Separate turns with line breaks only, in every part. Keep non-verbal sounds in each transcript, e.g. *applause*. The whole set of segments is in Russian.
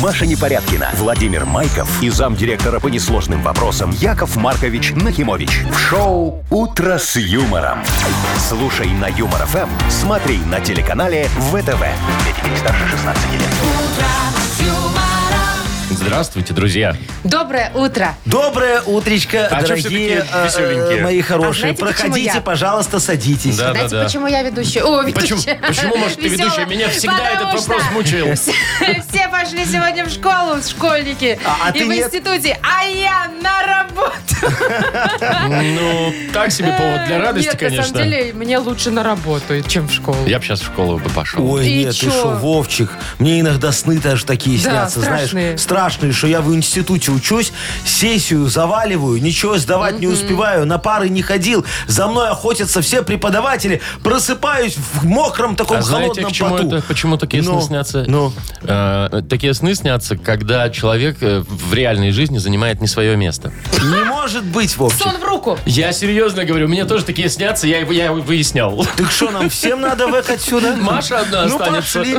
Маша Непорядкина, Владимир Майков и замдиректора по несложным вопросам Яков Маркович Нахимович. В шоу «Утро с юмором». Слушай на Юмор ФМ, смотри на телеканале ВТВ. детей старше 16 лет.
Здравствуйте, друзья.
Доброе утро.
Доброе утречко,
А чё
дорогие
всё-таки весёленькие?
э, мои хорошие.
А знаете, почему
Проходите,
я?
пожалуйста, садитесь.
Да.
Знаете, почему я ведущая? О, ведущая.
Почему, почему может, ты ведущая?
Весёлая.
Меня всегда
Потому
этот вопрос
что
мучил.
*laughs* Все пошли сегодня в школу, школьники.
А- а
и
ты
в
нет?
институте. А я на работу.
Ну, так себе повод для радости,
Нет, на
конечно.
самом деле, мне лучше на работу, чем в школу.
Я бы сейчас в школу бы пошел.
Ой,
И
нет,
чё?
ты что, Вовчик, мне иногда сны-то аж такие
Да,
снятся,
страшные.
знаешь, страшные, что я в институте учусь, сессию заваливаю, ничего сдавать не успеваю, на пары не ходил, за мной охотятся все преподаватели, просыпаюсь в мокром таком
А знаете,
холодном
к чему
поту.
это, почему такие
Ну,
сны снятся?
ну.
Э, такие сны снятся, когда человек э, в реальной жизни занимает не свое место.
Не может быть, Вовчик.
Сон в руку.
Я серьезно говорю, мне тоже такие снятся, я, его- я его выяснял.
Так что, нам всем надо вэк отсюда?
Маша одна
Ну,
останется.
пошли.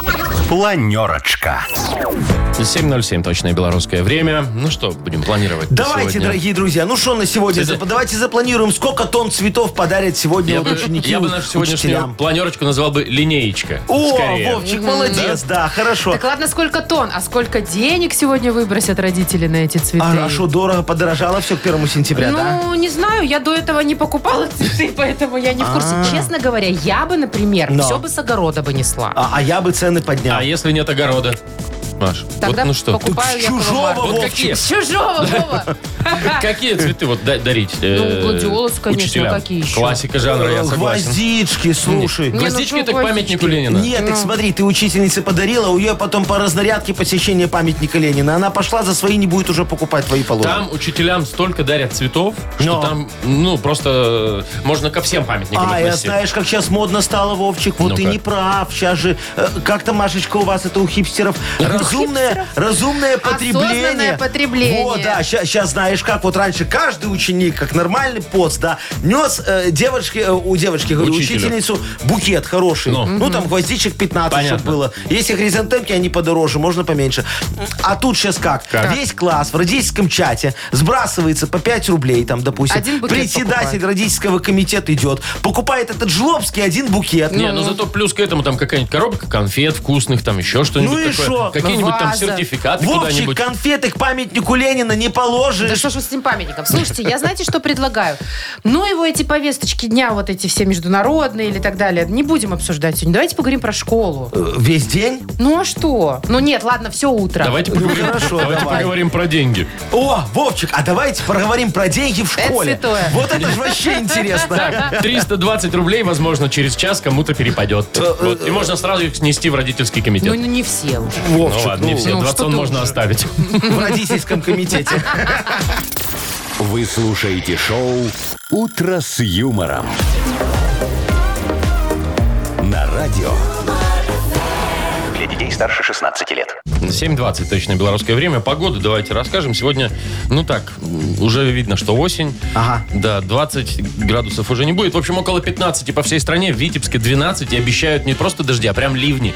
Планерочка.
7.07, точное белорусское время. Ну что, будем планировать на
Давайте,
сегодня?
дорогие друзья, ну что на сегодня?
Ты-
зап- Давайте запланируем, сколько тонн цветов подарят сегодня
Я
вот
бы,
ученики
я бы нашу сегодняшнюю
учителям.
планерочку назвал бы линеечка.
О,
скорее.
Вовчик, молодец, да, хорошо.
Так ладно, сколько тонн, а сколько денег сегодня выбросят родители на эти цветы?
А что, дорого подорожало все к первому сентября, да?
Ну, не знаю, я до этого не покупала цветы, *laughs* поэтому я не в курсе.
А.
Честно говоря, я бы, например,
Но.
все бы с огорода бы несла.
А, а я бы цены поднял.
А если нет огорода? Маш,
Тогда
вот ну что,
покуп-
Так
покупаю
с
я
чужого,
коломбар.
вот
Вовчик.
какие,
С чужого, Вова.
какие цветы вот да- дарить? э,
Ну, гладиолус, конечно,
учителям?
какие еще?
Классика жанра, я согласен.
Гвоздички, Э, слушай.
Не, ну
Гвоздички
что
это к
гвоздички?
памятнику Ленина.
Нет,
Ну.
так смотри, ты учительнице подарила, у ее потом по разнарядке посещение памятника Ленина. Она пошла за свои, не будет уже покупать твои полотна.
Там учителям столько дарят цветов, что
Но.
там, ну, просто э, можно ко всем памятникам
А, я
относиться.
знаешь, как сейчас модно стало, Вовчик, вот
Ну
ты
как?
не прав. Сейчас же, э, как там, Машечка, у вас это у хипстеров? Разумное, разумное потребление.
Осознанное потребление.
Вот, да, сейчас знаешь как, вот раньше каждый ученик, как нормальный поц, да, нес э, девочке, э, у девочки, говорю,
Учителю.
учительницу букет хороший.
Ну.
Ну, там гвоздичек 15, чтобы
Понятно.
было. Если хризантемки, они подороже, можно поменьше. А тут сейчас как?
Как?
Весь класс в родительском чате сбрасывается по 5 рублей, там, допустим.
Один букет
Председатель
покупает.
родительского комитета идет, покупает этот жлобский один букет.
Не, ну зато плюс к этому там какая-нибудь коробка конфет вкусных, там еще что-нибудь
Ну и
такое.
шо?
Какие-нибудь там
Ваза.
сертификаты
Вовчик,
а куда-нибудь.
конфеты к памятнику Ленина не
Да
положишь.
что ж вы с этим памятником? Слушайте, я знаете, что предлагаю? Ну его эти повесточки дня, вот эти все международные или так далее, не будем обсуждать сегодня. Давайте поговорим про школу.
Э, Весь день?
Ну а что? Ну нет, ладно, все утро.
Давайте поговорим,
хорошо,
давайте
давай.
поговорим про деньги.
О, Вовчик, а давайте поговорим про деньги в
Это
школе.
святое.
Вот это же вообще интересно.
320 рублей, возможно, через час кому-то перепадет. Вот. И можно сразу их снести в родительский
Ну,
комитет.
ну, не все уже.
Ну ладно, не все.
ну,
20
что ты
можно
уже.
оставить.
В родительском комитете.
Вы слушаете шоу «Утро с юмором». На радио. Для детей старше 16 лет.
7.20 точно белорусское время. Погоду давайте расскажем. Сегодня, ну так, м, уже видно, что осень.
Ага.
Да, 20 градусов уже не будет. В общем, около 15 по всей стране. В Витебске 12. И обещают не просто дожди, а прям ливни.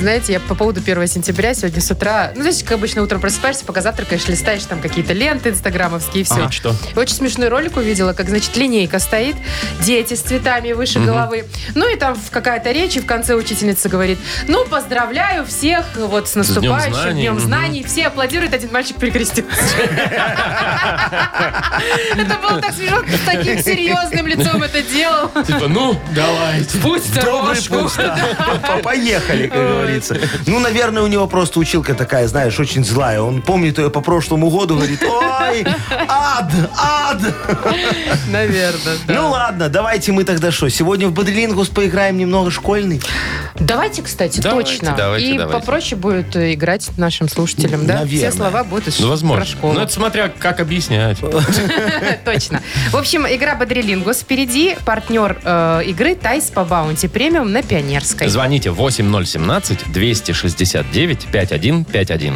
Знаете, я по поводу 1 сентября сегодня с утра, ну, знаете, как обычно утром просыпаешься, пока завтракаешь, листаешь там какие-то ленты инстаграмовские и все.
И что?
Очень смешной ролик увидела, как, значит, линейка стоит, дети с цветами выше головы. Ну и там в- какая-то речь, и в конце учительница говорит, ну, поздравляю всех вот с наступающим
знаний».
Днем
Мгм.
знаний. Все аплодируют, один мальчик перекрестился. Это было так смешно, с таким серьезным лицом это делал.
Типа,
*laughs*
ну, давайте.
Пусть
Добрый путь, да. По- Поехали, как говорится. Ну, наверное, у него просто училка такая, знаешь, очень злая. Он помнит ее по прошлому году, говорит, ой, ад, ад.
Наверное, да.
Ну ладно, давайте мы тогда что, сегодня в бодрелингус поиграем немного школьный?
Давайте, кстати,
Давайте,
точно.
давайте,
и
давайте.
попроще будет э, играть нашим слушателям, да?
Наверное.
Все слова будут из
Ну, возможно.
про школу.
Ну, это смотря как объяснять.
*laughs* Точно. В общем, игра Бодрилингус впереди. Партнер э, игры Тайс по баунти премиум на Пионерской.
Звоните 8017 269 5151.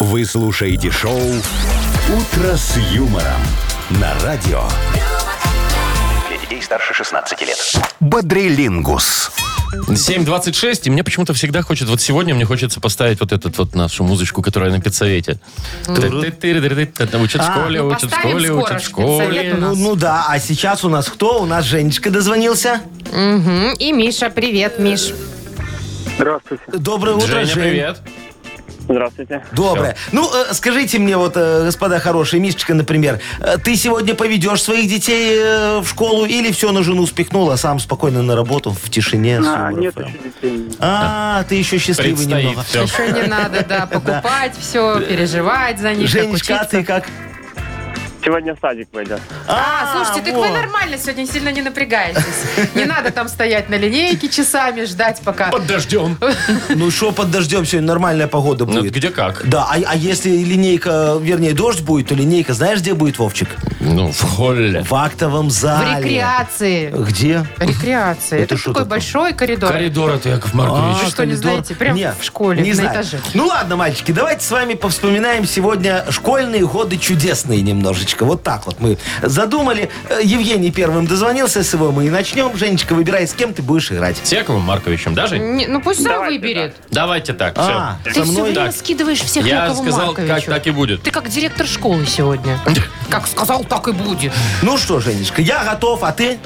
Вы слушаете шоу «Утро с юмором» на радио. Для детей старше 16 лет. Бодрилингус.
7.26, и мне почему-то всегда хочет, вот сегодня мне хочется поставить вот этот вот нашу музычку, которая на педсовете. Ты-ты-ты-ты-ты-ты. Учат в
А,
школе,
ну,
учат в
поставим
школе,
скоро
учат в
ж педсовет у
школе.
нас.
Ну, ну да, а сейчас у нас кто? У нас Женечка дозвонился.
Мгм. И Миша, привет, Миш.
Здравствуйте.
Доброе утро,
Женя,
Жень.
привет.
Здравствуйте.
Доброе. Ну, э, скажите мне, вот, э, господа хорошие, Мишечка, например, э, ты сегодня поведешь своих детей э, в школу или все на жену спихнул, а сам спокойно на работу в тишине? с
А,
юмором?
нет еще детей.
А, ты еще счастливый
Предстоит
немного.
все.
Еще
*laughs*
не надо, *laughs* да, покупать все, переживать за них, так
Женечка, а
учиться.
ты как?
Сегодня в садик пойдет.
А, слушайте, так вы
вот.
нормально сегодня сильно не напрягаетесь. Не надо там стоять на линейке часами, ждать пока.
Под дождем.
Ну что, под дождем сегодня нормальная погода
Ну,
будет.
где как?
Да, а, а если линейка, вернее, дождь будет, то линейка, знаешь, где будет, Вовчик?
Ну, в холле.
В актовом
В
зале.
рекреации.
Где?
Рекреация.
Это
Это,
что
такой
такое?
большой коридор.
Коридор это, Яков Маркович.
Вы что, не
коридор?
знаете? Прям в школе, на
знаю.
этаже.
Ну ладно, мальчики, давайте с вами повспоминаем сегодня школьные годы чудесные немножечко. Вот так вот мы задумали. Э, Евгений первым дозвонился, с его мы и начнем. Женечка, выбирай, с кем ты будешь играть.
С Яковом Марковичем, даже?
Не, ну пусть сам
Давайте,
выберет.
Давайте так,
А,
все.
Ты
со
все
мной?
время
Так.
скидываешь всех
Я
Якову
сказал, как
Марковичу.
так и будет.
Ты как директор школы сегодня. Как сказал, так и будет.
Ну что, Женечка, я готов, а ты?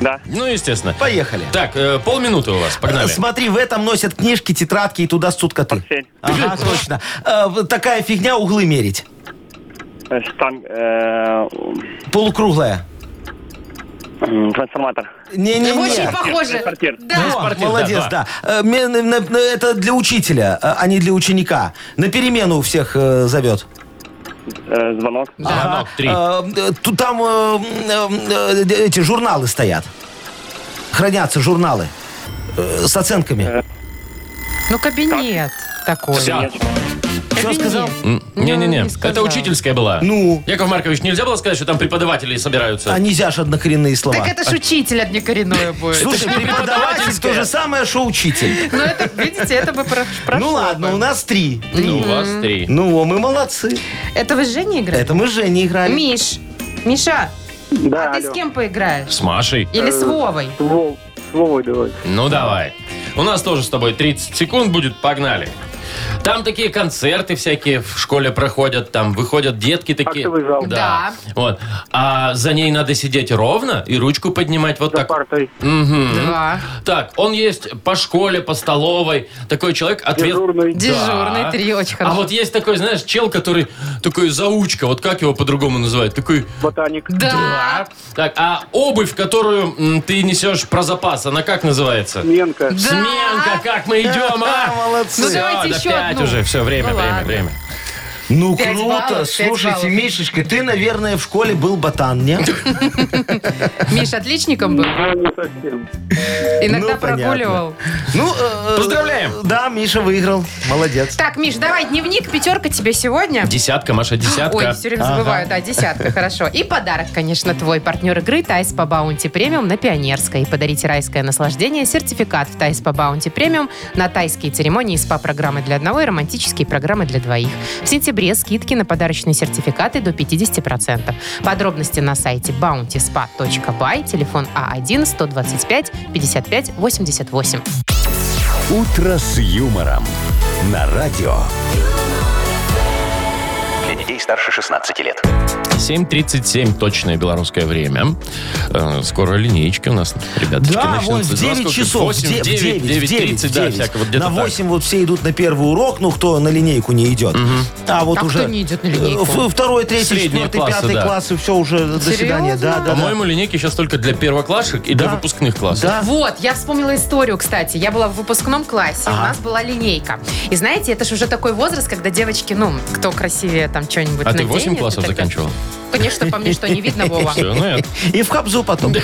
Да.
Ну, естественно.
Поехали.
Так, э, полминуты у вас,
Э,
погнали.
Смотри, в этом носят книжки, тетрадки и туда ссут коты.
Портфель.
Ага, точно. Э, вот Такая фигня углы мерить.
Э, Штанг. э,
Полукруглая.
м, Трансформатор.
Очень
Не-не-не.
похоже.
Транспортир.
Во,
Да.
Спортивная,
молодец,
да.
да. Э, ме- на- на- на- Это для учителя, э, а не для ученика. На перемену всех э, зовет.
э, Звонок.
Звонок три.
Э, э, ту- Там э, э, э, эти журналы стоят. Хранятся журналы. Э, С оценками.
Ну, кабинет такой.
а,
Всё.
Что
Кабинет.
сказал?
М, Не-не-не,
не
это
сказала.
учительская была.
Ну.
Яков Маркович, нельзя было сказать, что там преподаватели собираются?
А нельзя ж однокоренные слова.
Так это ж учитель однокоренное будет.
Слушай, преподаватель то же самое, что учитель.
Ну, это, видите, это бы про- прошло.
Ну ладно,
бы.
у нас три.
Ну, у вас три.
Ну, о, мы молодцы.
Это вы с Женей играете? А,
Это мы с Женей играли.
Миш, Миша,
Да,
а ты с
алло.
кем поиграешь?
С Машей.
Или с Вовой?
Вов. С Вовой давай.
Ну, давай. У нас тоже с тобой 30 секунд будет, погнали. Там такие концерты всякие в школе проходят, там выходят детки такие.
Актовый зал.
Да.
Да.
Вот. А за ней надо сидеть ровно и ручку поднимать вот
За
так.
партой.
Мгм.
Два.
Так, он есть по школе, по столовой. Такой человек ответ.
Дежурный.
Дежурный,
Да.
три, очень
А
хорошо.
вот есть такой, знаешь, чел, который такой заучка, вот как его по-другому называют, такой...
Ботаник.
Да.
Так, а обувь, которую м, ты несешь про запас, она как называется?
Сменка.
Да.
Сменка, как мы идем, а?
Молодцы.
Ну,
Всё,
давайте
да
еще
пять
одну.
уже, все, время,
Ну,
время,
ладно.
время.
Ну
Пять
круто.
баллов, пять
Слушайте,
баллов.
Мишечка, ты, наверное, в школе был ботан, не?
Миш, отличником был.
Ну, не совсем.
Иногда
Ну, понятно.
прогуливал.
Ну, э,
Поздравляем.
Да, Миша выиграл. Молодец.
Так, Миш, давай дневник, пятерка тебе сегодня.
Десятка, Маша, десятка.
Ой, все время забываю, да, десятка, хорошо. И подарок, конечно, твой партнер игры Тайс по Баунти Премиум на Пионерской. Подарите райское наслаждение, сертификат в Тайс по Баунти Премиум на тайские церемонии СПА-программы для одного и романтические программы для двоих. В сентябре скидки на подарочные сертификаты до 50%. Подробности на сайте bountyspa.by, телефон А А1-125-55-88.
«Утро с юмором» на радио. Для детей старше 16 лет.
7.37, точное белорусское время. Э, Скоро линеечка у нас, ребяточки,
Да, вон
начнется.
в
Во
9
сколько?
часов.
Восемь,
в де- в
девять,
9, в
9:30,
9,
да, всяко вот где-то
На
так.
8 вот все идут на первый урок, ну, кто на линейку не идет. А вот
А
уже...
кто не идет на линейку?
Э, ф- Второй, третий,
Средние
четвертый,
классы,
пятый
да.
класс, и все уже до свидания. Да, да, да.
По-моему, линейки сейчас только для первоклашек и для
Да.
выпускных классов.
Да.
Вот, я вспомнила историю, кстати. Я была в выпускном классе, у нас была линейка. И знаете, это же уже такой возраст, когда девочки, ну, кто красивее там что-нибудь
А ты
наденет
восемь
и
классов
так далее.
Якова?
Конечно, по мне что не видно, Вова.
Все, ну я-
И в Кобзу потом.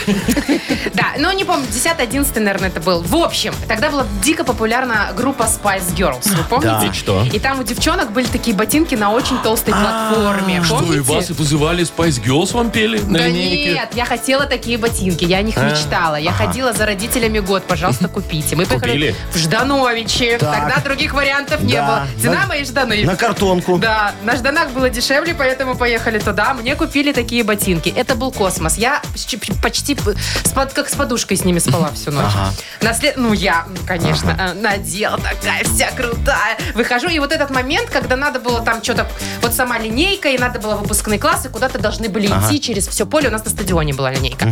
Да, но не помню, 10-11, наверное, это был. В общем, тогда была дико популярна группа Spice Girls, вы
Да.
помните?
И что? А,
И там у девчонок были такие ботинки на очень толстой платформе.
Что, и вас
Помните?
вызывали Spice Girls вам пели на
Да
линейке?
нет, я хотела такие ботинки, я о них
А,
мечтала. Я ходила за родителями год, пожалуйста, купите. Мы
Купили?
поехали в Ждановичи,
Так.
тогда других вариантов не
Да.
было.
На-
Динамо и Жданы.
На картонку.
Да, на Жданах было дешевле, поэтому поехали туда. Мне купили такие ботинки. Это был космос. Я щ- п- почти п- с под- как с подушкой с ними спала всю ночь. На след- Ну, я, ну, конечно, э, надела такая вся крутая. Выхожу, и вот этот момент, когда надо было там что-то... Вот сама линейка, и надо было выпускные классы, куда-то должны были идти через все поле. У нас на стадионе была линейка.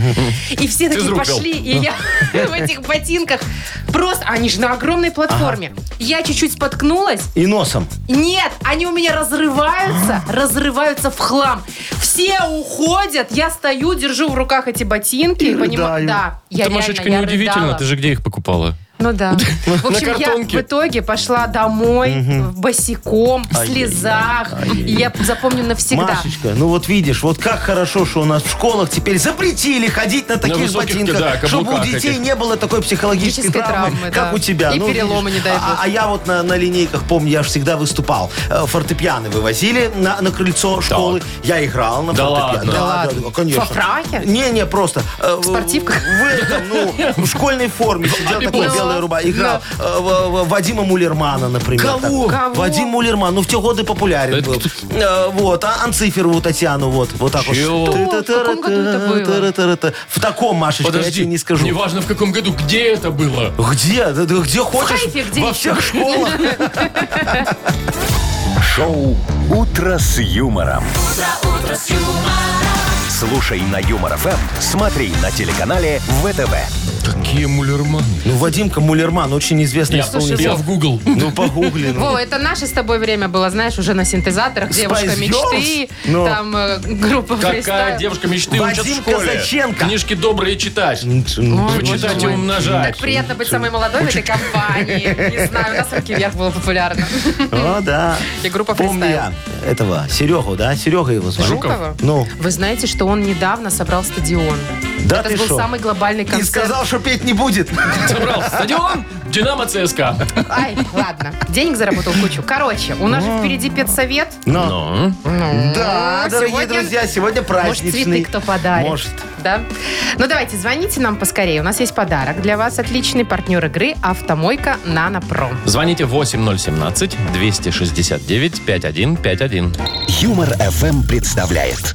И все
Ты с
такие
рук вел.
пошли, и я *laughs* в этих ботинках просто... Они же на огромной платформе. Я чуть-чуть споткнулась,
И носом.
нет, они у меня разрываются, разрываются в хлам. Все уходят, я стою, держу в руках эти ботинки, понимаю.
рыдаю.
Да, я
Это,
реально,
Машечка,
я
неудивительно,
рыдала.
ты же где их покупала? *laughs*
Ну да. В общем, я
картонке.
в итоге пошла домой в босиком, в слезах. И я запомню навсегда.
Машечка, ну вот видишь, вот как хорошо, что у нас в школах теперь запретили ходить на таких
высоких,
ботинках,
да, каблуках
чтобы у детей
этих.
не было такой психологической
Психической
травмы,
травмы, да.
как у тебя.
И перелома,
видишь,
не дай
а-
бог.
А, я вот на, на линейках, помню, я же всегда выступал. Э, Фортепиано вывозили на, на крыльцо школы. Я играл на
Да ладно?
Да
фортепиано. Да, да,
ладно.
да, конечно.
Во фрахе?
Не-не, просто. э,
В спортивках?
В этом, ну, в
*laughs*
школьной форме сидел такой
Ну,
белая руба. Играл э, в- в- Вадима Мулермана, например.
Кого?
так.
Кого?
Вадим Мулерман, ну в те годы популярен
Это
был.
кто?
Э, Вот, а Анциферову Татьяну, вот, вот так вот.
Чего?
Что? В каком году это было?
Тара-тара-тара-тара. В таком, Машечка, я тебе не скажу.
неважно в каком году, где это было.
Где? Да- да Где хочешь?
Хайфе, где
Во
еще?
всех
*laughs*
школах.
Шоу «Утро с юмором». Слушай на Юмор ФМ, смотри на телеканале ВТВ.
Какие мулерманы.
Ну, Вадимка Мулерман, очень
Ну,
известный
Я,
исполнитель.
я в
*laughs*
Google.
Ну, погугли. ну.
Во, это наше с тобой время было, знаешь, уже на синтезаторах. Девушка
Spice
мечты,
Girls? Ну.
там э, группа
Какая
фристайл.
девушка мечты
Вадим
учат в школе.
Казаченко.
Книжки добрые читать.
Ой, боже
Вычитать и
мой.
умножать.
*laughs* Так приятно быть самой молодой в этой компании. Не знаю, у нас руки вверх было популярно.
О, да.
И группа
Помню я
«Фристайл».
этого, Серегу, да? Серега его звали.
Жукова?
Ну,
Вы знаете, что он недавно собрал стадион.
да
Это
ты
был
шо?
самый глобальный
И
концерт.
сказал, что петь не будет.
Собрал стадион, Динамо ЦСКА.
Ай, ладно. Денег заработал кучу. Короче, у нас же впереди педсовет.
Ну,
Ну,
да,
Ну,
дорогие
сегодня-
друзья, сегодня
Может,
праздничный.
цветы кто подарит.
Может.
Да? Ну, давайте, звоните нам поскорее. У нас есть подарок для вас. Отличный партнер игры «Автомойка Нанопром».
звоните 8017-269-5151.
Юмор ФМ представляет.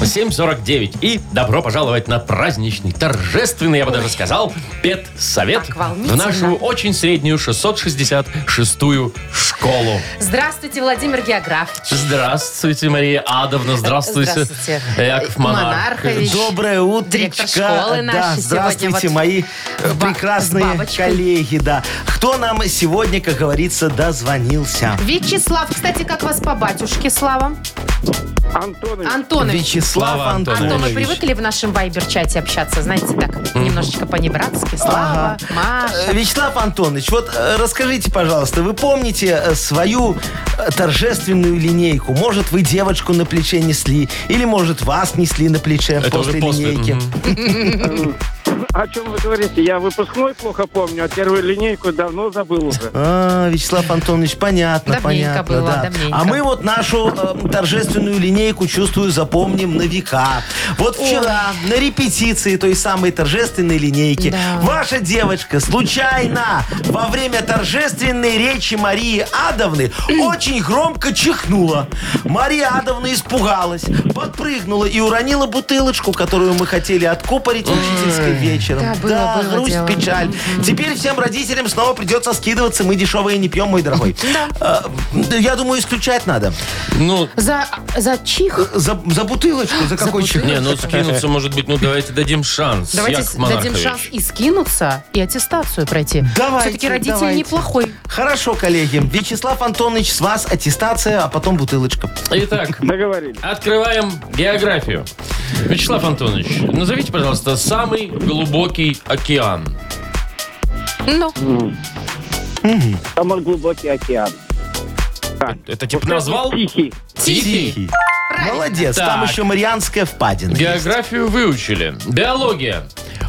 7.49. И добро пожаловать на праздничный, торжественный, я бы даже сказал, педсовет
Так
в
волнительно.
нашу очень среднюю 666-ю школу.
Здравствуйте, Владимир Географович.
Здравствуйте, Мария Адовна, здравствуйте.
Здравствуйте.
Яков Монарх.
Монархович.
Доброе утро.
Директор школы
Да,
нашей
здравствуйте,
сегодня вот
мои э,
в ба-
прекрасные
с бабочкой.
коллеги, да. Кто нам сегодня, как говорится, дозвонился?
Вячеслав, кстати, как вас по батюшке, Слава?
Антонович.
Антонович.
Вячеслав
Слава Антонович.
Антон, мы
Антонович.
привыкли в нашем вайбер-чате общаться, знаете, так, немножечко по-небратски. Слава,
Э,
Маша.
Вячеслав Антонович, вот э, расскажите, пожалуйста, вы помните э, свою э, торжественную линейку? Может, вы девочку на плече несли? Или, может, вас несли на плече
Это уже
после
после.
линейки?
Мгм.
О чем вы говорите? Я выпускной плохо помню, а первую линейку давно забыл уже.
А, Вячеслав Антонович, понятно,
Давненько
понятно.
было,
да.
давненько.
А мы вот нашу э, торжественную линейку, чувствую, запомним на века. Вот вчера на репетиции той самой торжественной линейки
Да.
ваша девочка случайно во время торжественной речи Марии Адовны очень громко чихнула. Мария Адовна испугалась, подпрыгнула и уронила бутылочку, которую мы хотели откупорить учительской вечером.
Да, было, было
грусть,
дело.
печаль. Теперь всем родителям снова придется скидываться. Мы дешевые не пьем, мой дорогой. А, да, Я думаю, исключать надо.
Ну,
За, за чих?
За, за бутылочку, за какой чек?
не, ну скинуться, может быть, ну давайте дадим шанс.
Давайте
Яков
дадим
Монархович.
шанс и скинуться, и аттестацию пройти.
Давайте,
Все-таки родитель
давайте.
неплохой.
Хорошо, коллеги. Вячеслав Антонович, с вас аттестация, а потом бутылочка.
Итак,
Договорились.
открываем географию. Вячеслав Антонович, назовите, пожалуйста, самый глубокий океан.
Ну,
Самый глубокий океан.
Это типа назвал?
Тихий.
Тихий.
Молодец, там
Так.
еще Марианская впадина. есть.
Географию выучили. Биология.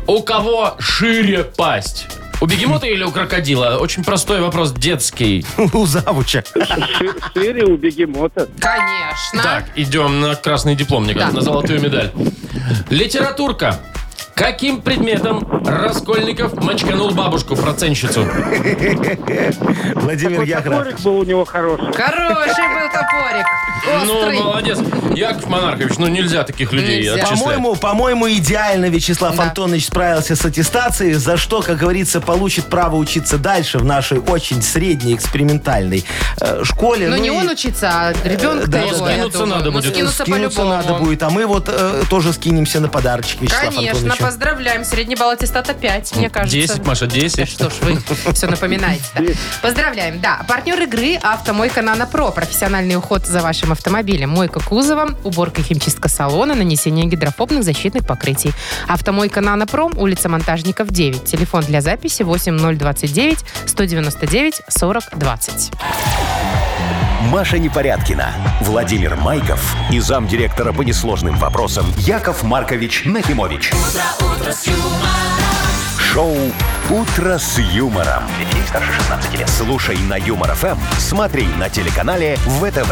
У кого шире пасть? У бегемота или у крокодила? Очень простой вопрос, детский.
*laughs* У завуча.
Ши- Шире у бегемота.
конечно.
Так, идем на красный диплом, мне кажется,
А? Да.
на золотую медаль. Литературка. Каким предметом Раскольников мочканул бабушку-проценщицу?
Владимир Географ.
Топорик был у него хороший.
Хороший был топорик. Острый.
Ну, молодец. Яков Монаркович, ну нельзя таких людей
Нельзя.
отчислять.
По-моему, по-моему, идеально Вячеслав
Да.
Антонович справился с аттестацией, за что, как говорится, получит право учиться дальше в нашей очень средней экспериментальной э, школе.
Ну,
Ну
не
и-
он учиться, а ребенок
Да,
его,
да.
я
Скинуться
думаю.
надо
Ну,
будет.
скинуться
Скинуться
по-любому.
надо будет, а мы вот э, тоже скинемся на подарочек Вячеславу
Конечно,
Антоновичу.
поздравляем. Средний балл аттестата 5, мне кажется.
10, Маша, 10.
Да Что ж
*laughs*
вы все напоминаете Поздравляем. Да, партнер игры «Автомойка Нано Про». Профессиональный уход за вашим автомобилем. Мойка кузова, уборка и химчистка салона, нанесение гидрофобных защитных покрытий. «Автомойка Нано Про», улица Монтажников, 9. Телефон для записи 8029 199 40 20.
Маша Непорядкина, Владимир Майков и замдиректора по несложным вопросам Яков Маркович Нахимович. Шоу Утро с юмором. Для детей старше 16 лет. Слушай на юмор ФМ, смотри на телеканале ВТВ.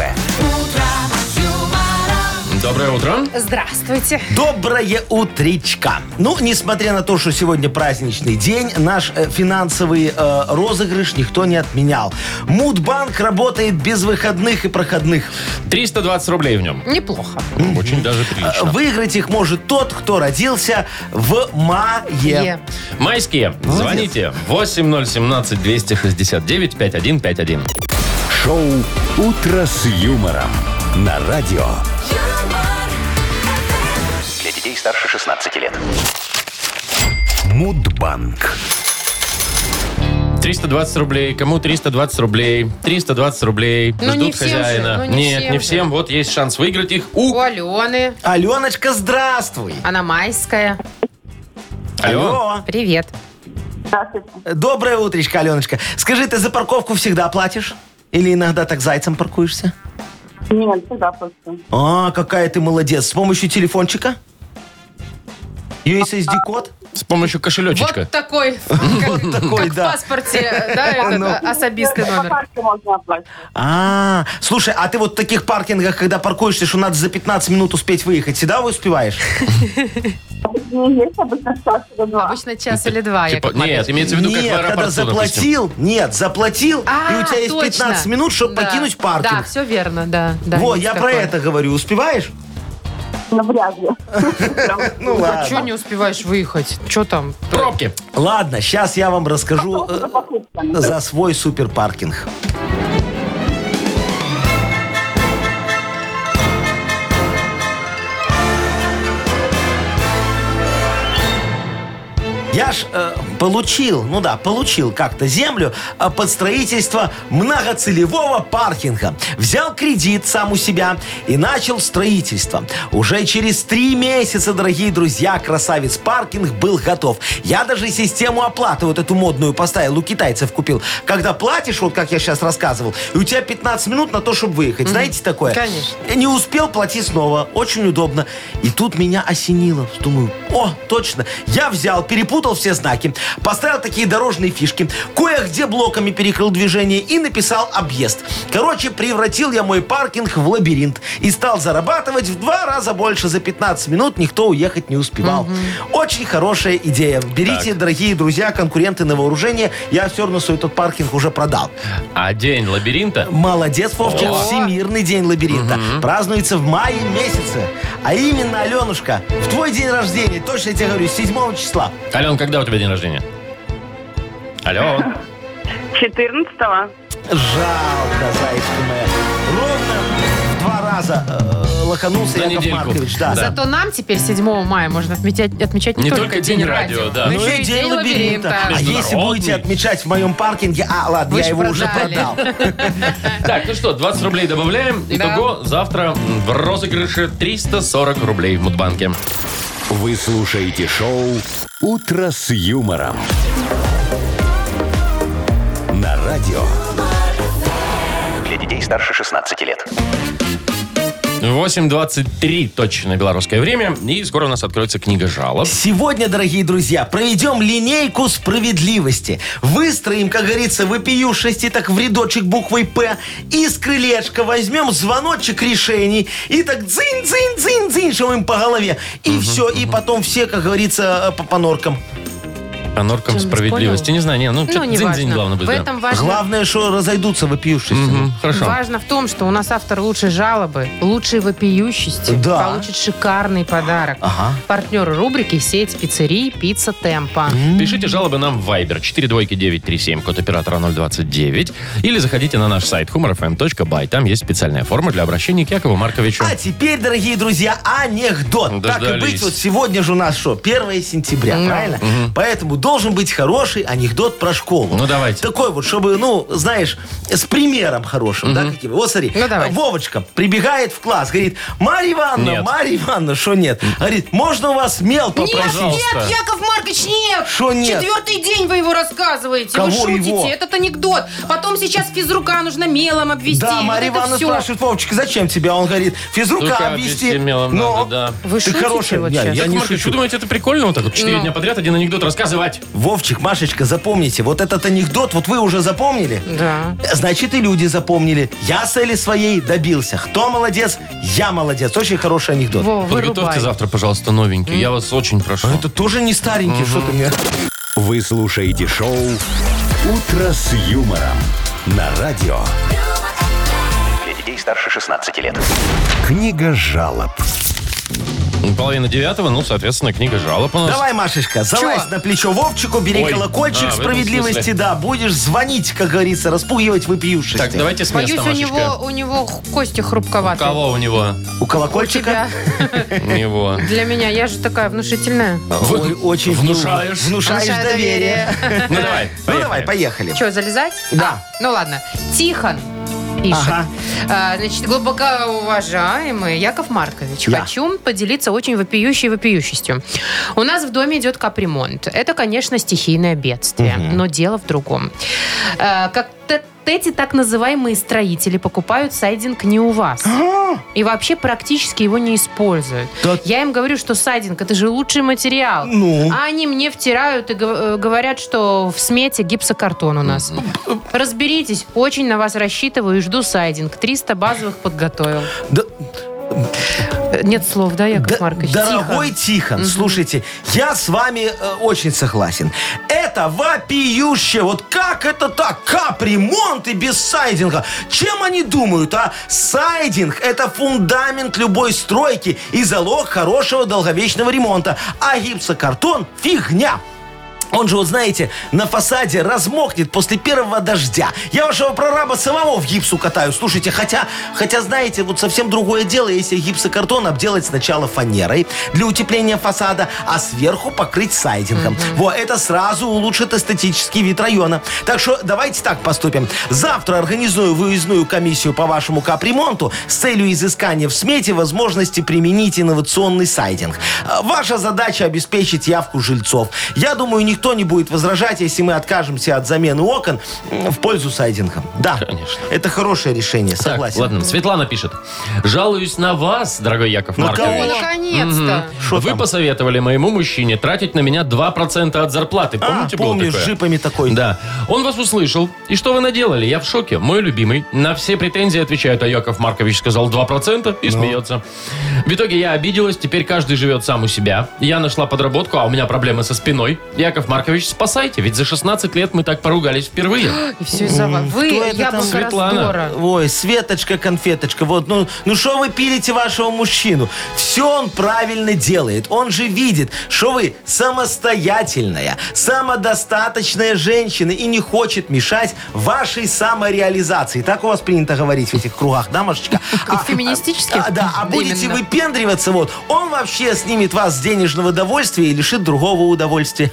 Доброе утро.
Здравствуйте.
Доброе утречка. Ну, несмотря на то, что сегодня праздничный день, наш э, финансовый э, розыгрыш никто не отменял. Мудбанк работает без выходных и проходных.
320 рублей в нем.
Неплохо.
Очень даже
Э,
прилично.
Выиграть их может тот, кто родился в мае.
Е.
Майские. Звоните 8017-269-5151.
Шоу Утро с юмором на радио. Для детей старше 16 лет. Мудбанк.
320 рублей. Кому 320 рублей? 320 рублей.
Ну,
Ждут
не всем
хозяина.
же, ну, не
Нет,
всем
не
же.
всем. Вот есть шанс выиграть их у...
У Алены.
Аленочка, здравствуй.
Она майская.
Алло.
Привет.
Доброе утречко, Аленочка. Скажи, ты за парковку всегда платишь? Или иногда так зайцем паркуешься?
Нет, всегда просто.
А, какая ты молодец. С помощью телефончика?
А.
USSD-код?
С помощью кошелечечка.
Вот такой,
*laughs* Вот такой,
как в
да.
паспорте,
*laughs*
да, этот
Оно.
э, особистый
По
номер.
карте можно оплатить.
А, слушай, а ты вот в таких паркингах, когда паркуешься, что надо за 15 минут успеть выехать, всегда успеваешь?
Обычно не есть, обычно час или два.
Обычно час или два.
Типа,
Яков Маркович.
нет, имеется в виду, как в
Нет, когда
аэропорту, допустим.
заплатил, нет, заплатил, и у
А,
тебя есть
точно.
15 минут, чтобы
Да.
покинуть паркинг.
Да, все верно, да. да
Во,
есть
я про
такое.
это говорю. Успеваешь?
Но ну, вряд ли. Прям.
Ну
А что
ладно.
не успеваешь выехать? Что там?
Пробки.
Ладно, сейчас я вам расскажу э,
За покупками.
за свой суперпаркинг. Я ж э, получил, ну да, получил как-то землю э, под строительство многоцелевого паркинга. Взял кредит сам у себя и начал строительство. Уже через три месяца, дорогие друзья, красавец паркинг был готов. Я даже систему оплаты вот эту модную поставил, у китайцев купил. Когда платишь, вот как я сейчас рассказывал, и у тебя 15 минут на то, чтобы выехать. Знаете такое?
Конечно.
Не успел, плати снова. Очень удобно. И тут меня осенило. Думаю, о, точно. Я взял, перепутал все знаки, поставил такие дорожные фишки, кое-где блоками перекрыл движение и написал объезд. Короче, превратил я мой паркинг в лабиринт и стал зарабатывать в два раза больше. За 15 минут никто уехать не успевал. Очень хорошая идея. Берите, дорогие друзья, конкуренты на вооружение. Я все равно свой тот паркинг уже продал.
А день лабиринта?
Молодец, Вовчик.
О.
Всемирный день лабиринта. Празднуется в мае месяце. А именно, Аленушка, в твой день рождения, точно я тебе говорю, 7 числа.
Ален, когда у тебя день рождения? Алло.
14-го.
Жалко, зайчка моя. Ровно в два раза э, лоханулся
На
Яков
недельку.
Маркович. Да.
Да.
Зато нам теперь 7 мая можно отмечать, отмечать не,
Не только день радио, да.
но
Ну
еще и день лабиринта.
А
Международный.
если будете отмечать в моем паркинге... А, ладно,
Вы
я
ж
его уже
продали.
продал.
Так, ну что, 20 рублей добавляем.
Да.
Итого завтра в розыгрыше 340 рублей в Мудбанке.
Вы слушаете шоу «Утро с юмором» радио.
Для детей старше 16 лет.
8.23 точно белорусское время. И скоро у нас откроется книга жалоб.
Сегодня, дорогие друзья, проведем линейку справедливости. Выстроим, как говорится, выпию шести так в рядочек буквой «П» и с крылечка возьмем звоночек решений и так дзынь-дзынь-дзынь-дзынь, чтобы им по голове. И все, и потом все, как говорится, э, по, по норкам.
По норкам
Что-нибудь
справедливости.
понял?
Не знаю, не, ну,
Ну,
что-то
не важно.
дзынь-дзынь главное
В
будет. да.
этом важно
Главное, что разойдутся вопиюшисти.
Мгм, Хорошо.
Важно в том, что у нас автор лучшей жалобы, лучшей вопиющести
Да.
получит шикарный подарок.
Ага.
Партнер рубрики «Сеть пиццерий Пицца Темпа».
Пишите жалобы нам в Viber 42937, код оператора 029. Или заходите на наш сайт humorfm.by. Там есть специальная форма для обращения к Якову Марковичу.
А теперь, дорогие друзья, анекдот. Так и
Дождались.
быть, вот сегодня же у нас что, 1 сентября, правильно? Поэтому должен быть хороший анекдот про школу.
Ну, давайте.
Такой вот, чтобы, ну, знаешь, с примером хорошим, да, каким. Вот смотри,
Ну, давай.
Вовочка прибегает в класс, говорит, Марья Ивановна,
Нет.
Марья Ивановна, что нет? Говорит, можно у вас мел попросить?
Пожалуйста.
Нет, Яков Маркович, нет!
Шо нет?
Четвертый день вы его рассказываете.
Кого
вы шутите,
его?
этот анекдот. Потом сейчас физрука нужно мелом обвести.
Да,
Вот
Марья
это
Ивановна
всё.
спрашивает, Вовочка, зачем тебя? Он говорит,
Рука
физрука
обвести
обвести.
мелом
Но
надо, да.
Вы
Ты
шутите
хорошая,
вот
я-
сейчас?
я-
Яков
не
Маркович,
шучу.
вы думаете, это прикольно вот так вот 4
Ну.
дня подряд один анекдот рассказывать?
Вовчик, Машечка, запомните, вот этот анекдот, вот вы уже запомнили?
Да.
Значит, и люди запомнили. Я цели своей добился. Кто молодец? Я молодец. Очень хороший анекдот.
Во,
Подготовьте
вырубай.
завтра, пожалуйста, новенький. Я вас очень прошу.
А Это тоже не старенький, что ты мне...
Вы слушаете шоу «Утро с юмором» на радио.
Для детей старше 16 лет.
Книга жалоб.
Половина девятого, ну, соответственно, книга жалоб у нас.
Давай, Машечка, залазь
Чего?
на плечо Вовчику, бери
Ой,
колокольчик
а, в этом
справедливости,
смысле.
да, будешь звонить, как говорится, распугивать выпившись.
Так, давайте с
Боюсь,
места,
у
Машечка.
него, у него х- кости хрупковатые.
Кого у него? Ну,
У
У
колокольчика
тебя.
У него.
Для меня, я же такая внушительная.
Ой, очень
Внушаешь.
внушаешь
Внушаю
доверие.
Ну, давай,
Ну давай,
поехали.
поехали.
Че, залезать?
Да.
А, ну ладно. Тихон пишет.
Ага.
А, значит, глубоко уважаемый Яков Маркович,
Я.
хочу поделиться очень вопиющей вопиющестью. У нас в доме идет капремонт. Это, конечно, стихийное бедствие, но дело в другом. Э, как т- эти так называемые строители покупают сайдинг не у вас. И вообще практически его не используют.
Да-
Я им говорю, что сайдинг это же лучший материал.
Ну.
А они мне втирают и гов- э, говорят, что в смете гипсокартон у нас. Разберитесь, очень на вас рассчитываю и жду сайдинг. 300 базовых подготовил.
Да-
Э, Нет слов, да, Яков
Д-
Маркович?
Дорогой
Тихо.
Тихон, слушайте, я с вами э, очень согласен. Это вопиюще. Вот как это так? Капремонт и без сайдинга. Чем они думают, а? Сайдинг – это фундамент любой стройки и залог хорошего долговечного ремонта. А гипсокартон – фигня. Он же, вот знаете, на фасаде размокнет после первого дождя. Я вашего прораба самого в гипсу катаю. Слушайте, хотя, хотя знаете, вот совсем другое дело, если гипсокартон обделать сначала фанерой для утепления фасада, а сверху покрыть сайдингом. Во, это сразу улучшит эстетический вид района. Так что давайте так поступим. Завтра организую выездную комиссию по вашему капремонту с целью изыскания в смете возможности применить инновационный сайдинг. А Ваша задача обеспечить явку жильцов. Я думаю, никто не будет возражать, если мы откажемся от замены окон м, в пользу сайдинга. Да,
Конечно.
это хорошее решение,
Так,
согласен.
ладно, Светлана пишет. Жалуюсь на вас, дорогой Яков
О,
На
Маркович.
Ну, кого?
наконец-то.
Шо
Вы
там?
посоветовали моему мужчине тратить на меня 2% от зарплаты.
А,
Помните, было
помнишь, с
такое?
жипами такой.
Да. Он вас услышал. И что вы наделали? Я в шоке. Мой любимый. На все претензии отвечает, а Яков Маркович сказал 2%
Ну.
и смеется. В итоге я обиделась. Теперь каждый живет сам у себя. Я нашла подработку, а у меня проблемы со спиной. Яков Маркович, спасайте. Ведь за 16 лет мы так поругались впервые.
*gasps*
И все из-за вас. Вы
кто это там?
яблоко
Светлана.
раздора.
Ой, Светочка, конфеточка, вот, ну, ну что вы пилите вашего мужчину? Все он правильно делает. Он же видит, что вы самостоятельная, самодостаточная женщина и не хочет мешать вашей самореализации. Так у вас принято говорить в этих кругах, да, Машечка? А-
феминистических?
а, да, а будете
Именно.
вы выпендриваться, вот, он вообще снимет вас с денежного удовольствия *laughs* и лишит другого удовольствия.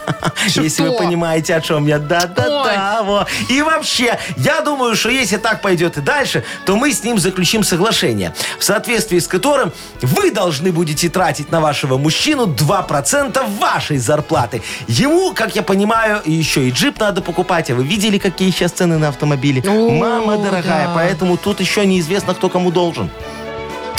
Если вы понимаете, о чем я. Да-да-да. во. И вообще, я думаю, что если так пойдет и дальше, то мы с ним заключим соглашение, в соответствии с которым вы должны будете тратить на вашего мужчину 2% вашей зарплаты. Ему, как я понимаю, еще и джип надо покупать. А вы видели, какие сейчас цены на автомобили?
О,
Мама дорогая,
да.
поэтому тут еще неизвестно, кто кому должен.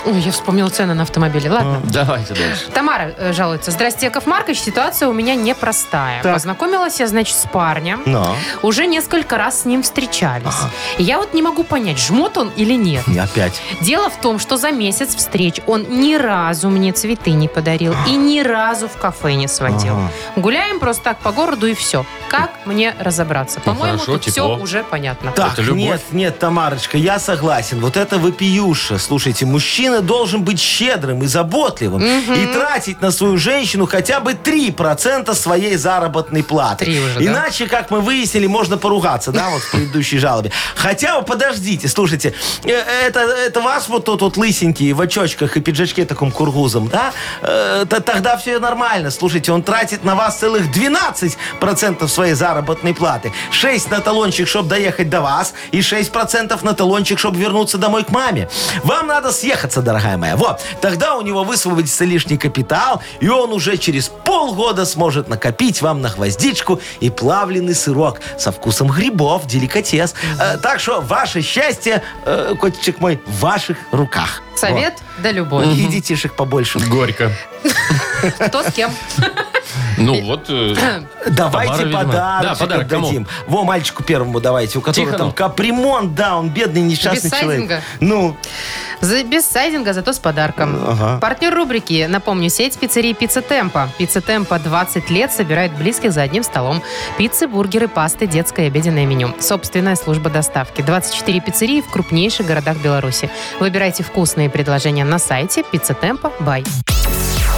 Ой, я вспомнила цены на автомобили. Ладно.
Давайте дальше.
Тамара э, жалуется. Здрасте, Яков Маркович, ситуация у меня непростая.
Так.
Познакомилась я, значит, с парнем.
Но.
Уже несколько раз с ним встречались.
Ага.
И Я вот не могу понять, жмот он или нет.
Опять.
Дело в том, что за месяц встреч он ни разу мне цветы не подарил и ни разу в кафе не сводил.
Ага.
Гуляем просто так по городу и все. Как мне разобраться? По-моему,
Ну, хорошо,
тут все
тепло.
уже понятно.
Так,
Это любовь?
нет, нет, Тамарочка, я согласен. Вот это вопиюша. Слушайте, мужчина должен быть щедрым и заботливым. И тратить на свою женщину хотя бы 3% своей заработной платы.
Три уже, да.
Иначе, как мы выяснили, можно поругаться, да, вот в предыдущей жалобе. Хотя, вот подождите, слушайте, э, это, это вас вот тут вот лысенький в очочках и пиджачке таком кургузом, да? Э, т- Тогда все нормально. Слушайте, он тратит на вас целых 12% своей заработной платы. 6 на талончик, чтобы доехать до вас, и 6% на талончик, чтобы вернуться домой к маме. Вам надо съехаться, дорогая моя. Вот. Тогда у него высвободится лишний капитал, и он уже через полгода сможет накопить вам на гвоздичку и плавленый сырок со вкусом грибов, деликатес. Э, так что ваше счастье, э, котичек мой, в ваших руках.
Совет да
Вот.
любовь.
И детишек побольше.
Горько.
Кто с кем?
Ну вот,
*clears throat*
э,
Давайте
видимо.
подарочек
Да, подарок кому?
отдадим. Во, мальчику первому давайте, у которого
Тихону.
там капремонт, да, он бедный несчастный
Без
человек.
сайдинга?
Ну,
За- без сайдинга, зато с подарком.
Ага.
Партнер рубрики, напомню, сеть пиццерий «Пицца Темпа». «Пицца Темпа» 20 лет собирает близких за одним столом. Пиццы, бургеры, пасты, детское и обеденное меню. Собственная служба доставки. 24 пиццерии в крупнейших городах Беларуси. Выбирайте вкусные предложения на сайте «Пицца Темпа. Бай».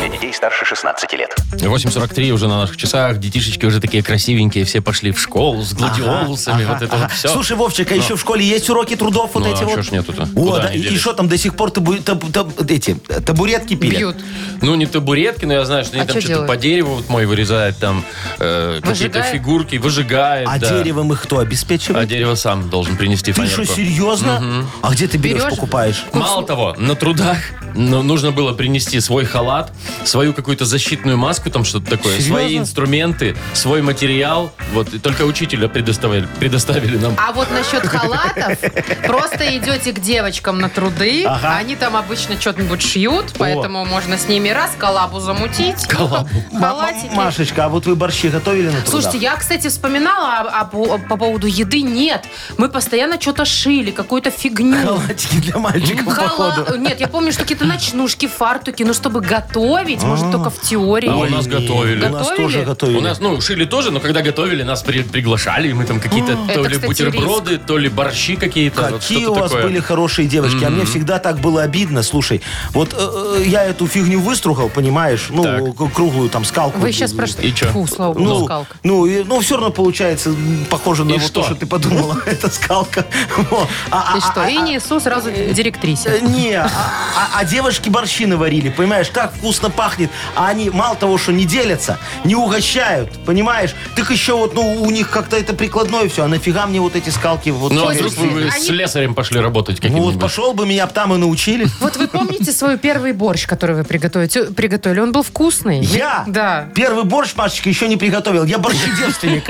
Для детей старше 16 лет.
8.43 уже на наших часах. Детишечки уже такие красивенькие, все пошли в школу с гладиолусами. вот это
ага.
вот все.
Слушай, Вовчик, а еще в школе есть уроки трудов вот
Ну, а
эти
чё
вот?
ж нету-то?
О,
Куда
да,
они
и
делись?
что там до сих пор табу- таб- таб- эти, э, табуретки пилят?
Бьют.
Ну, не табуретки, но я знаю, что они
А
там
чё
что-то
делают?
по дереву вот мой вырезает, там э, какие-то
Выжигает?
фигурки, выжигает.
А
да.
деревом их кто
А
обеспечивает?
дерево сам должен принести
Ты
фанерку.
что, серьезно? А где ты берешь,
Берешь?
покупаешь?
Мало того, на трудах ну, нужно было принести свой халат, свою какую-то защитную маску, там что-то такое, свои
Серьезно?
инструменты, свой материал. Вот, и только учителя предоставили, предоставили нам.
А вот насчет халатов, просто идете к девочкам на труды,
Ага.
они там обычно что-нибудь шьют, поэтому можно с ними раз коллабу замутить.
Коллабу.
Халатики.
Машечка, а вот вы борщи готовили на трудах?
Слушайте, я, кстати, вспоминала об- об- по поводу еды. Нет, мы постоянно что-то шили, какую-то фигню.
Халатики для мальчиков,
Хала-
походу.
Нет, я помню, что какие-то ночнушки, фартуки. Но чтобы готовить, может, только в
А у
теории.
нас готовили.
У нас
Готовили?
тоже готовили.
У нас, ну, шили тоже, но когда готовили, нас при- приглашали, и мы там какие-то то
Это,
ли
кстати,
бутерброды, то ли борщи какие-то. вот
А, Какие
что-то
у вас
такое.
были хорошие девочки. А мне всегда так было обидно. Слушай, вот э, э, я эту фигню выстругал, понимаешь? Ну,
Так.
к- круглую там скалку.
Вы сейчас прошли.
И чё?
Фу, слава богу,
Ну,
скалка.
ну, и- ну, все равно получается м, похоже на
И
вот то,
что?
что ты подумала. *laughs* Это скалка. Во. А- а-
Ты что,
а-
и несу сразу
Э,
директрисе.
Не, а, а- а девушки борщи наварили, понимаешь, так вкусно пахнет. А они мало того, что не делятся, не угощают, понимаешь? Так еще вот, ну, у них как-то это прикладное все. А нафига мне вот эти скалки? Вот,
Ну, а
я
вдруг
не
вы,
знаю.
вы с
Они-
лесарем пошли работать
Ну, вот
каким-нибудь?
пошел бы, меня б там и научили.
Вот вы помните свой первый борщ, который вы приготовите- приготовили? Он был вкусный.
Я
Да.
первый борщ, Машечка, еще не приготовил. Я борщи девственник.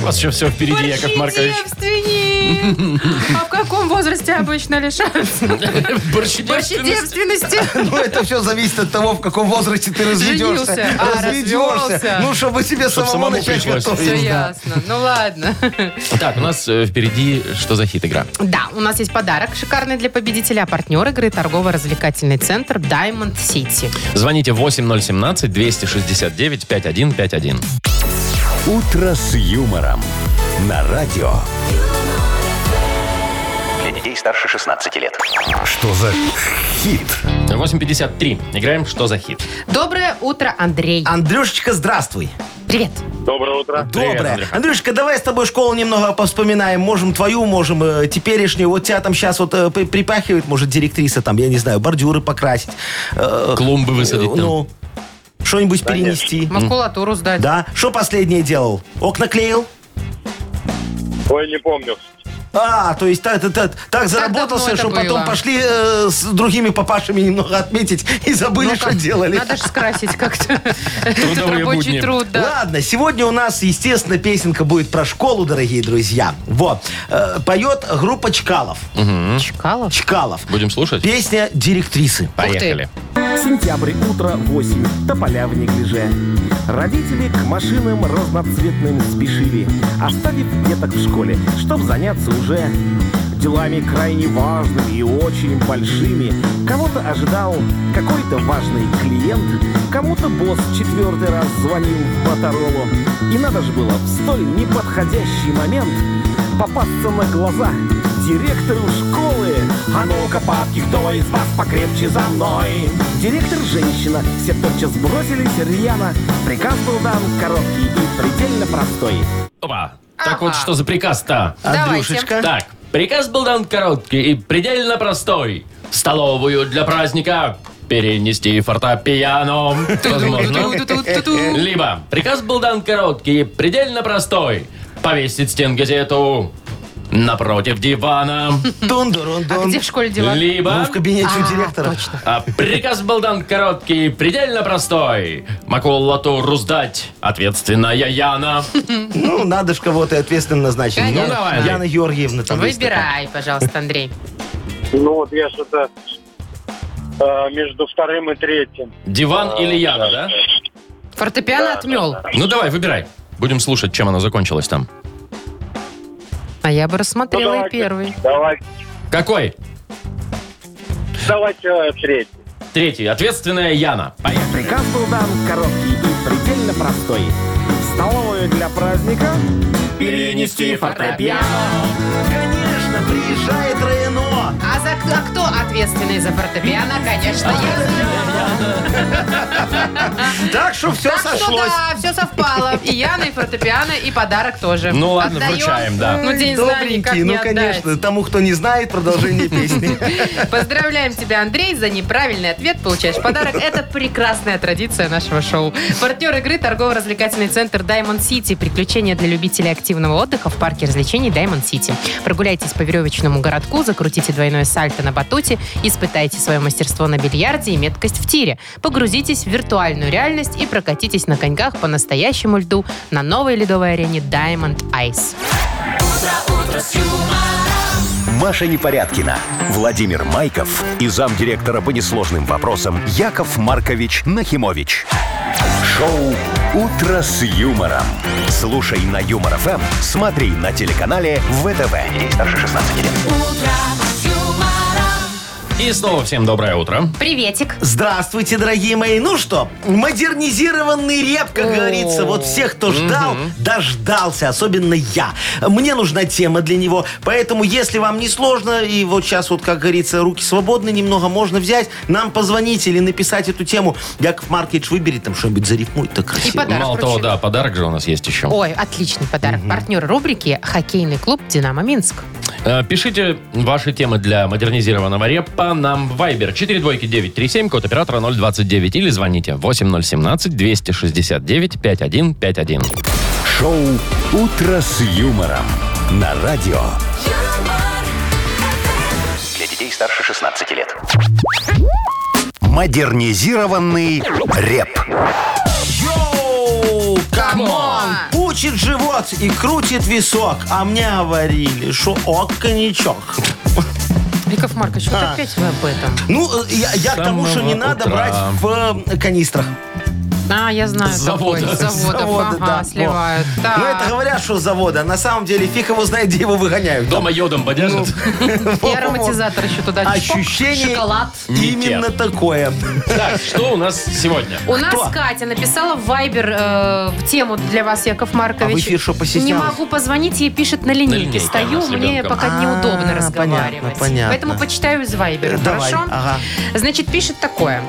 У вас еще все впереди, Яков Маркович.
Борщи девственник! А в каком возрасте обычно лишаются? Борщи
Борщедевственность.
девственности.
Ну, это все зависит от того, в каком возрасте ты
Женился.
разведешься.
А, развелся.
Разведешься. Ну, чтобы себе
Чтоб
самому
самому
начать
пришлось.
Все
готовить. да.
ясно. Ну ладно.
Так, у нас э, впереди что за хит игра?
Да, у нас есть подарок шикарный для победителя. А партнер игры торгово-развлекательный центр Diamond City.
Звоните 8017-269-5151.
«Утро с юмором» на радио.
Для детей старше 16 лет.
Что за хит?
8.53. Играем «Что за хит?».
Доброе утро, Андрей.
А. Андрюшечка, здравствуй.
Привет.
Доброе утро.
Привет,
Доброе.
Андрюха.
Андрюшка, давай с тобой школу немного повспоминаем. Можем твою, можем э, теперешнюю. Вот тебя там сейчас вот э, при- припахивает, может, директриса там, я не знаю, бордюры покрасить. э,
Клумбы
э,
высадить там.
Ну, что-нибудь перенести.
Макулатуру сдать.
Да? Что последнее делал? Окна клеил?
Ой, не помню.
А, то есть так, так, так, так
давно
заработался,
это
что
было?
потом пошли э, с другими папашами немного отметить и забыли,
Ну-ка,
что делали.
Надо же скрасить как-то этот
Трудовые будни.
рабочий труд. да.
Ладно, сегодня у нас, естественно, песенка будет про школу, дорогие друзья. Вот. Э, поет группа Чкалов.
Чкалов.
Чкалов.
Будем слушать?
Песня директрисы.
Поехали.
Сентябрь, утро 8, тополя в неглиже. Родители к машинам разноцветным спешили, оставив деток в школе, чтоб заняться уже делами крайне важными и очень большими. Кого-то ожидал какой-то важный клиент, кому-то босс четвертый раз звонил в Моторолу. И надо же было в столь неподходящий момент попасться на глаза директору школы. А ну-ка, папки, кто из вас покрепче за мной? Директор женщина, все тотчас бросились рьяно. Приказ был дан короткий и предельно простой.
Опа.
Ага.
Так вот, что за приказ-то?
Давайте.
Андрюшечка.
Так, приказ был дан короткий и предельно простой. Столовую для праздника перенести фортепиано. Возможно.
Ту-ту-ту-ту-ту-ту.
Либо приказ был дан короткий и предельно простой. Повесить стенгазету напротив дивана.
А
Дун-дун-дун.
где в школе дела?
Ну,
Либо...
в кабинете у директора.
а, Приказ был дан короткий, и предельно простой. Макулатуру сдать, ответственная Яна.
Ну, надо ж кого-то ответственно назначить.
Конечно.
Ну,
Ну, давай,
Яна Георгиевна там есть такая.
Выбирай, пожалуйста, Андрей.
Ну вот я что-то э, между вторым и третьим.
Диван или Яна, да?
Фортепиано отмел.
Ну давай, выбирай. Будем слушать, чем оно закончилось там.
А я бы
Ну,
рассмотрела и
давайте,
первый.
Давайте,
Какой?
давайте э, третий.
Третий. Ответственная Яна. Поехали.
Приказ был дан короткий и предельно простой. Столовую для праздника перенести
Конечно, приезжает Рено.
А, за, а кто ответственный за фортепиано? Конечно, я.
Так что все
Так что
сошлось.
да, все совпало. И Яна, и фортепиано, и подарок тоже.
Ну ладно,
Отдаем.
вручаем, да.
Ну, день знаний, как
Добренький,
не
ну,
отдать.
конечно. Тому, кто не знает,
*laughs*
продолжение песни.
Поздравляем тебя, Андрей, за неправильный ответ получаешь подарок. Это прекрасная традиция нашего шоу. Партнер игры торгово-развлекательный центр Diamond City. Приключения для любителей активного отдыха в парке развлечений Diamond City. Прогуляйтесь по веревочному городку, закрутите двойное сальто на батуте, испытайте свое мастерство на бильярде и меткость в тире. Погрузитесь в виртуальную реальность и прокатитесь на коньках по настоящему льду на новой ледовой арене Diamond Ice.
Маша Непорядкина, Владимир Майков и замдиректора по несложным вопросам Яков Маркович Нахимович. Шоу «Утро с юмором». Слушай на Юмор ФМ, смотри на телеканале ВТВ. Здесь старше 16 лет.
И снова всем доброе утро.
Приветик.
Здравствуйте, дорогие мои. Ну что, модернизированный реп, как говорится. Вот всех, кто ждал, дождался. Особенно я. Мне нужна тема для него. Поэтому, если вам не сложно, и вот сейчас, вот, как говорится, руки свободны немного, можно взять, нам позвонить или написать эту тему. Яков Маркович выберет там что-нибудь, зарифмует так
И
красиво.
подарок
Мало того,
вручим.
да, подарок же у нас есть еще.
Ой, отличный подарок. Партнер рубрики «Хоккейный клуб «Динамо Минск».
Э, Пишите ваши темы для модернизированного репа нам в Viber 42937, код оператора 029, или звоните 8017-269-5151.
Шоу «Утро с юмором» на радио.
Для детей старше 16 лет.
Модернизированный реп.
Йоу, камон! Учит живот и крутит висок. А мне говорили, что ок коньячок.
Яков Маркович, вот
А.
опять вы об этом.
Ну, э, я, я к тому, что не
самого
надо
утра.
брать в э, канистрах.
А, я знаю
С завода.
такой. С заводов.
Завода,
ага,
да.
сливают.
Во.
Так.
Ну, это говорят, что с завода. На самом деле, фиг его знает, где его выгоняют.
Дома йодом подержат?
И ароматизатор еще туда. чпок.
Ощущение
Шоколад.
именно
Не те.
такое.
Так, что у нас сегодня?
У нас Катя написала в Вайбер э, в тему для вас, Яков Маркович.
А в эфир что, постеснялась?
Не могу позвонить, ей пишет на линейке.
линейке
Стою,
она с
мне
ребенком.
пока неудобно
А,
разговаривать.
понятно, понятно. Э,
Поэтому почитаю из Вайбера,
Давай,
хорошо?
ага.
Значит, пишет такое.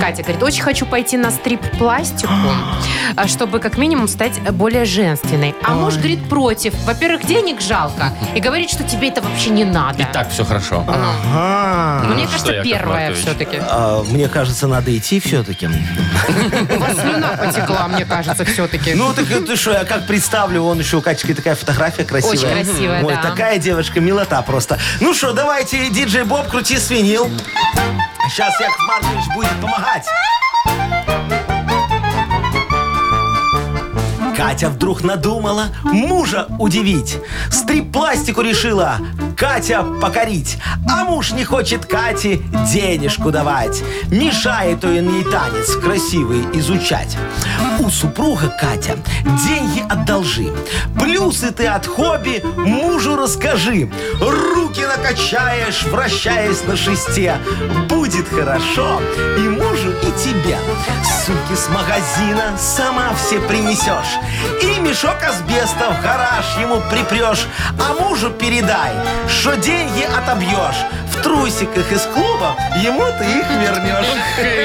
Катя говорит, очень хочу пойти на стрип-плащ пластику,
*gasps*
а, чтобы как минимум стать более женственной. А муж говорит против. Во-первых, денег жалко. И говорит, что тебе это вообще не надо.
И так все хорошо.
Ага.
Мне
ну что,
кажется,
Яков
первое
Маркович?
все-таки.
А, мне кажется, надо идти все-таки.
У вас слюна потекла, мне кажется, все-таки.
Ну, так э, ты что, я как представлю, вон еще у Катечки такая фотография красивая.
Очень красивая,
Ой,
да.
такая девочка, милота просто. Ну что, давайте, диджей Боб, крути свинил. Сейчас Яков Маркович будет помогать. Катя вдруг надумала мужа удивить. Стрип-пластику решила Катя покорить. А муж не хочет Кате денежку давать. Мешает он ей танец красивый изучать. У супруга Катя деньги одолжи. Плюсы ты от хобби мужу расскажи. Руки накачаешь, вращаясь на шесте. Будет хорошо и мужу, и тебе. Суки с магазина сама все принесешь. И мешок асбеста в гараж ему припрешь. А мужу передай, что деньги отобьешь. В трусиках из клуба ему ты их вернешь.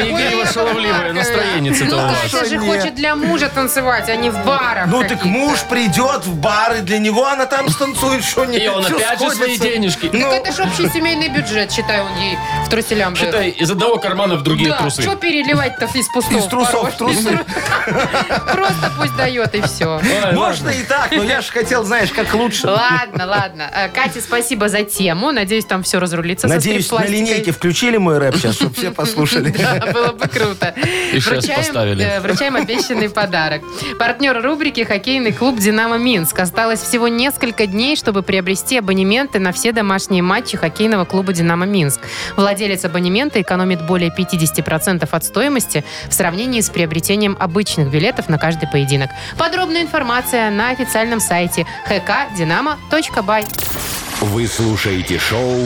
Игорь шаловливое настроение
Ну,
это у вас.
Катя же
Нет.
хочет для мужа танцевать, а не в барах.
Ну так
каких-то.
муж придет в бар, и для него она там станцует, что не
И он
всё
опять же свои
сходится.
денежки.
Ну,
Так это же общий семейный бюджет, считай, он ей в труселям дает.
Считай, из одного кармана в другие
да,
трусы.
что переливать-то из пустого?
Из трусов
порой?
в трусы.
Из тру- *laughs* Просто пусть дает, и все.
Ой,
Можно и так, но я же хотел, знаешь, как лучше.
Ладно, ладно. Э, Катя, спасибо за тему. Надеюсь, там все разрулится со
Надеюсь, на
скрип-пластикой.
линейке включили мой рэп сейчас, чтобы все послушали.
Да, *laughs* было бы круто.
И сейчас поставили.
э, вручаем обещанный подарок. Партнер рубрики «Хоккейный клуб «Динамо Минск». Осталось всего несколько дней, чтобы приобрести абонементы на все домашние матчи хоккейного клуба «Динамо Минск». Владелец абонемента экономит более 50% от стоимости в сравнении с приобретением обычных билетов на каждый поединок. Подробная информация на официальном сайте hkdinamo.by.
Вы слушаете шоу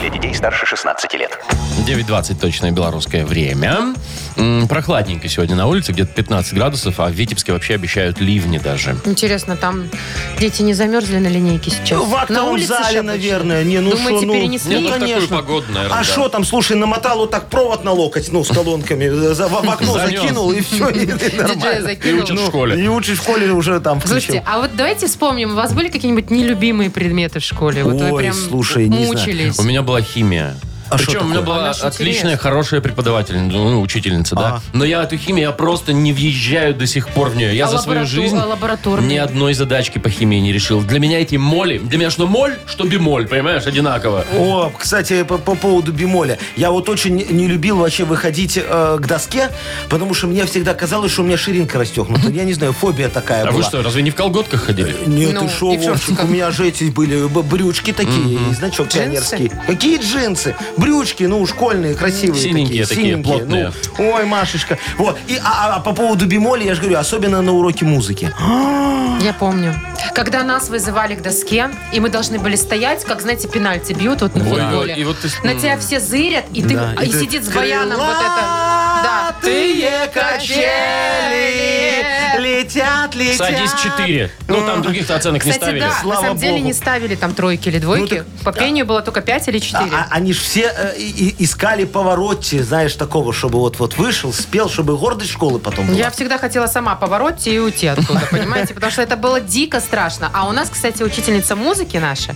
Для детей старше 16 лет.
9.20 точное белорусское время. М, Прохладненько сегодня на улице, где-то 15 градусов, а в Витебске вообще обещают ливни даже.
Интересно, там дети не замерзли на линейке сейчас?
Ну, В
на
актовом
улице
зале,
шапочно?
наверное. Не, ну
Думаете,
шо, ну,
перенесли?
Не, ну, в такую
конечно.
погоду, наверное,
А
да.
что там, слушай, намотал вот так провод на локоть, ну, с колонками, э, за- в, в окно
Занёс.
закинул, и все, и, и
Диджея
нормально.
И
закинул.
учат в школе.
И учишь в школе уже там включил.
Слушайте, а вот давайте вспомним, у вас были какие-нибудь нелюбимые предметы в школе? Вот вы
Ой,
прям
слушай, не знаю.
мучились.
У меня была химия.
А что
Причем у меня
такое?
была
Она ж
отличная,
интересная.
хорошая преподавательница, ну, учительница, да.
А.
Но я эту химию, я просто не въезжаю до сих пор в нее. Я
А
за свою
лаборату-
жизнь
а лабораторные?
ни одной задачки по химии не решил. Для меня эти моли, для меня что моль, что бемоль, понимаешь, одинаково.
а-
О, кстати, по, по поводу бемоля. Я вот очень не- не любил вообще выходить э, к доске, потому что мне всегда казалось, что у меня ширинка расстегнута. Я не знаю, фобия такая
А
была.
вы что, разве не в колготках ходили?
Нет,
Ну,
ты шо,
и в
Вовчик,
шортиках.
у меня же эти были б- брючки такие, и значок пионерский. Какие джинсы? Брючки, ну, школьные, красивые
Синенькие такие, плотные.
ну. ой, Машечка. Вот. И, а, а по поводу бемоля, я же говорю, особенно на уроке музыки.
А, Я помню. Когда нас вызывали к доске, и мы должны были стоять, как, знаете, пенальти бьют вот на
Ой,
футболе.
ой, и вот ты-
На тебя все зырят, и ты
Да,
а,
и
и
ты-
сидит с баяном вот это. Да.
Крылатые качели летят, летят.
Садись 4. Ну, там других-то оценок не
Кстати,
ставили.
да, на
Слава
самом деле
богу. Ну,
не ставили там тройки или двойки. По пению было только 5 или 4.
А- а- они же все э, и- и- искали поворотте, знаешь, такого, чтобы вот-вот вышел, спел, чтобы гордость школы потом была.
Я всегда хотела сама поворотить и уйти
*laughs*
оттуда, понимаете? Потому что это было дико страшно. А у нас, кстати, учительница музыки наша,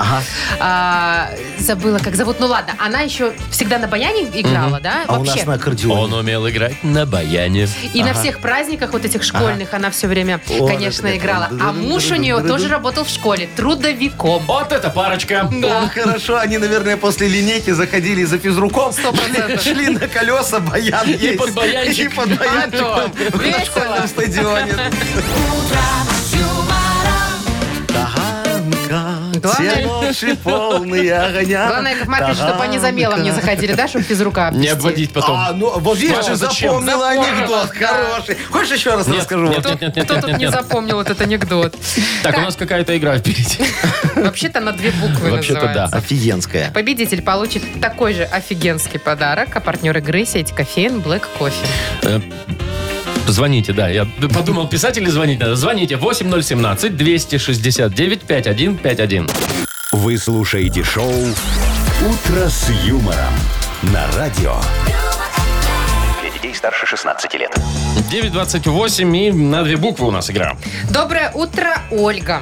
а, забыла, как зовут, ну ладно, она еще всегда на баяне играла, да?
А у нас на
Вообще.
Он
аккордеоне.
умел играть на баяне.
И на всех праздниках вот этих школьных она все время,
О,
конечно,
это-
играла. А муж у нее тоже работал в школе трудовиком.
Вот эта парочка.
Ну, хорошо, они, наверное, после линейки заходили за физруком, шли,
процентов.
шли на колеса, баян есть.
под баянчик.
И под баянчик
А то,
на
весело.
школьном стадионе. Таганка,
Главное-
те ночи полные огня.
Главное, Яков Маркович, чтобы они за мелом не
Таганка.
заходили, да, чтобы физрука
Не
обвести.
обводить потом.
А, ну, вот видишь,
Мало, зачем?
запомнила
Запомнила,
анекдот.
да.
Хороший. Хочешь еще раз
Нет,
расскажу?
нет,
Вот.
Кто,
нет, нет,
кто
нет,
тут
нет,
не
нет.
запомнил
*laughs*
этот анекдот?
Так, у нас какая-то игра впереди.
Вообще-то на две буквы
Вообще-то да.
называется.
Офигенская.
Победитель получит такой же офигенский подарок, а партнер игры сеть кофеин Black Coffee.
Э, Звоните, да. Я подумал, писать или звонить надо. Звоните 8017 269 5151.
вы слушаете шоу «Утро с юмором» на радио.
Для детей старше 16 лет.
9.28 и на две буквы у нас игра.
Доброе утро, Ольга.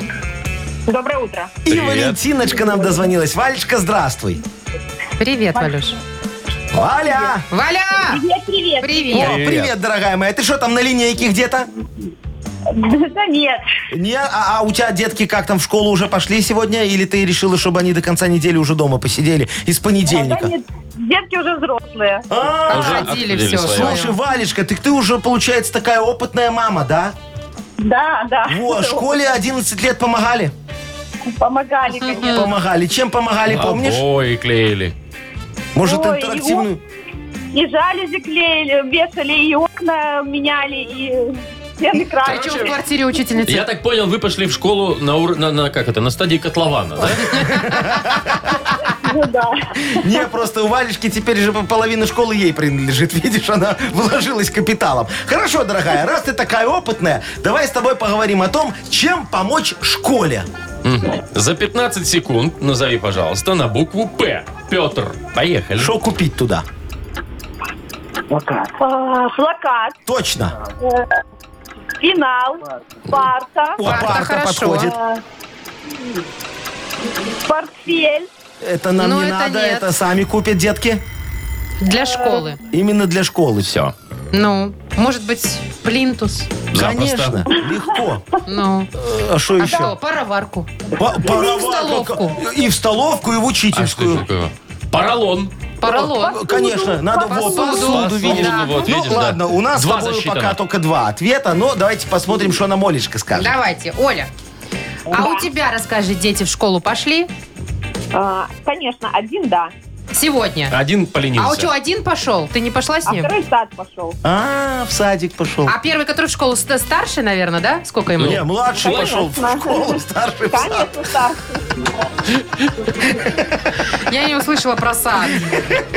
Доброе утро.
И
Привет.
Валентиночка нам дозвонилась. Валечка, здравствуй.
Привет, Валюш.
Валя!
Валя!
Привет, привет.
О,
Привет.
привет. дорогая моя. Ты что там на линейке где-то?
Да нет.
Не, а, а у тебя детки как там в школу уже пошли сегодня? Или ты решила, чтобы они до конца недели уже дома посидели? Из понедельника.
Они- Детки уже взрослые.
А,
Уже
Отходили
отходили
все.
свои.
свое.
Слушай, Валечка, так ты уже, получается, такая опытная мама, да?
Да, да. *laughs*
Во, школе 11 лет помогали?
Помогали, конечно.
Помогали. Чем помогали, помнишь?
Обои клеили.
Может,
Ой,
интерактивную?
И жалюзи клеили, вешали, и окна меняли, и
Ты
стены красили.
что, а в квартире учительницы?
Я так понял, вы пошли в школу на, ур- на, на- как это, на стадии котлована, да?
Ну да.
*laughs* Не, просто у Валечки теперь же половина школы ей принадлежит. *laughs* Видишь, она вложилась капиталом. Хорошо, дорогая, раз ты такая опытная, давай с тобой поговорим о том, чем помочь школе.
За 15 секунд назови, пожалуйста, на букву П. Петр. Поехали.
Что купить туда?
А, Плакат,
Точно.
э, финал, парта,
О,
Парта,
парта
хорошо.
подходит.
портфель,
Это нам
Ну,
не
это
надо,
нет.
это сами купят детки.
Для школы.
Именно для школы все.
Все.
Ну, может быть, плинтус.
Запросто.
Конечно, легко.
Ну,
А что
а
еще?
что, пароварку.
Па- паровар-
в столовку.
И в столовку, и в
А что ж
учительскую.
такое? Поролон.
Поролон.
Конечно, надо вот
Посуду.
посуду, видишь.
Посуду, вот,
ну
видишь, да.
ладно, у нас
Два
с тобой
засчитано.
пока только два ответа, но давайте посмотрим, что нам Олечка скажет.
Давайте, Оля. А у тебя, расскажи, дети в школу пошли
А, конечно, один да.
сегодня?
Один поленился.
А у что, один пошел? Ты не пошла с
А
ним?
второй в сад пошел.
А, в садик пошел.
А первый, который в школу ст- старше, наверное, да? Сколько ему?
Не, младший пошел в
Конечно.
школу, старший в сад.
Конечно, старший.
Я не услышала про сад.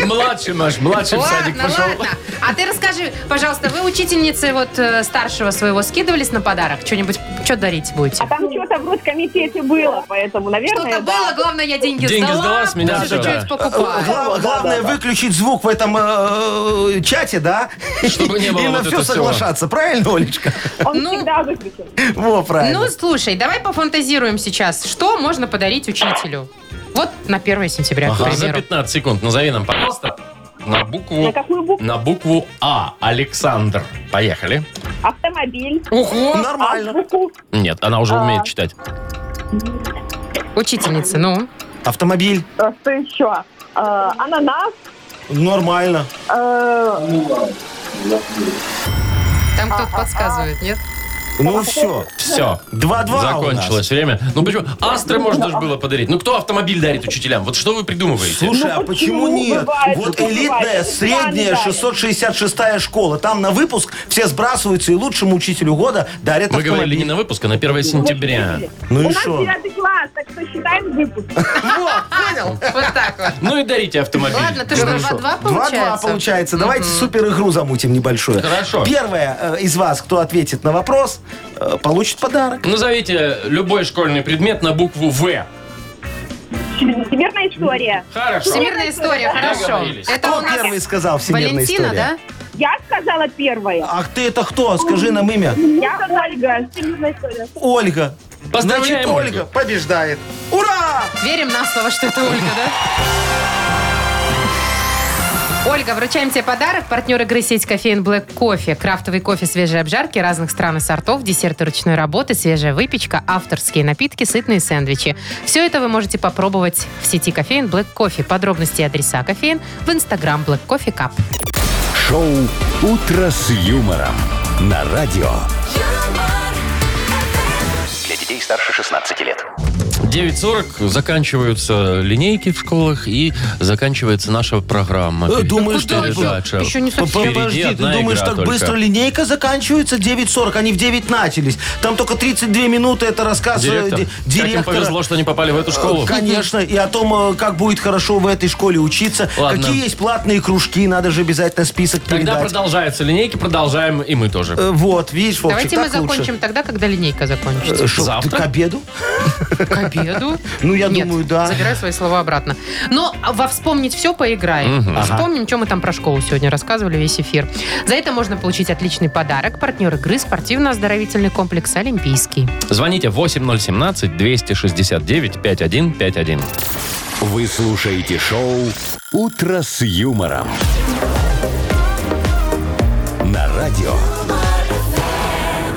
Младший наш, младший в садик
Ладно,
пошел.
ладно. А ты расскажи, пожалуйста, вы учительницы вот э, старшего своего скидывались на подарок? Что-нибудь, что дарить будете?
А там что-то в Рудкомитете было, поэтому, наверное,
Что-то
да.
было, главное, я деньги,
Деньги
сдала,
сдала, с меня
больше
всё, да.
что-нибудь покупаю.
Гла- Главное выключить звук в этом э, чате, да?
Чтобы не было
И на
вот
все
это всего.
соглашаться. Правильно, Олечка?
Он
Ну.
всегда выключил.
Во,
Ну,
правильно.
слушай, давай пофантазируем сейчас. Что можно подарить учителю? Вот на 1 сентября, к
Ага. За
примеру.
15 секунд назови нам, пожалуйста, на
Ну.
букву...
На какую букву?
На букву А. Александр. Поехали.
Автомобиль.
Ого!
А
Нормально.
букву?
Нет, она
А.
уже умеет читать.
Учительница, ну.
Автомобиль.
Э, Что еще? Э, Ананас.
Нормально.
э,
Там кто-то подсказывает, нет?
Ну все.
Все.
Два-два у нас.
Закончилось время. Ну почему? Астры можно же было подарить. Ну кто автомобиль дарит учителям? Вот что вы придумываете?
Слушай,
Ну
а почему
почему?
нет?
Бывает,
вот
бывает.
элитная, средняя,
Специально
666 школа. Там на выпуск все сбрасываются, и лучшему учителю года дарят
Мы
автомобиль.
говорили не на выпуск, а на 1 сентября.
Ну и
У нас
шо?
девятый класс, так что считаем выпуск.
Понял? Вот так вот.
Ну и дарите автомобиль.
Ладно, ты что,
Хорошо.
2-2
Два-два
получается?
получается. Давайте супер игру замутим небольшую.
Хорошо.
Первая э, из вас, кто ответит на вопрос, э, получит подарок.
Назовите любой школьный предмет на букву В.
Всемирная история.
Хорошо.
Всемирная история, хорошо.
Договорились.
Это
Кто
у нас
первый сказал всемирная
Валентина,
история?
да?
Я сказала первое.
Ах А ты это кто? Скажи нам имя.
Я Ольга. Всемирная история.
Ольга.
Поздравляем,
Значит, Ольга
Ольгу.
побеждает. Ура!
Верим на слово, что это Ольга, да? Ольга, вручаем тебе подарок. Партнер игры сеть кофеин Black Кофе. Крафтовый кофе свежей обжарки разных стран и сортов, десерты ручной работы, свежая выпечка, авторские напитки, сытные сэндвичи. Все это вы можете попробовать в сети кофеин Black Кофе. Подробности и адреса кофеин в инстаграм Black Кофе Cup.
Шоу «Утро с юмором» на радио.
Для детей старше 16 лет.
9.40 заканчиваются линейки в школах и заканчивается наша программа.
Э, думаешь,
Куда
ты-
передача.
Еще не совсем.
Впереди
Подожди, ты
одна
думаешь,
игра
так
только.
быстро линейка заканчивается? 9.40, они в 9 начались. Там только 32 минуты, это рассказ э,
Директор.
ди-
Как им
директора.
повезло, что они попали в эту школу.
Конечно, и о том, э, как будет хорошо в этой школе учиться,
Ладно.
какие есть платные кружки, надо же обязательно список
Когда
передать.
продолжаются линейки, продолжаем и мы тоже.
Э, Вот, видишь, Вовчик,
Давайте мы
так лучше.
закончим тогда, когда линейка закончится.
Э, шо,
Завтра?
ты К обеду?
К обеду.
Ну, я
Нет,
думаю, да.
Забирай свои слова обратно. Но во вспомнить все поиграем.
Мгм.
Вспомним, что мы там про школу сегодня рассказывали весь эфир. За это можно получить отличный подарок. Партнер игры спортивно-оздоровительный комплекс Олимпийский.
Звоните 8017-269-5151.
Вы слушаете шоу «Утро с юмором». На радио.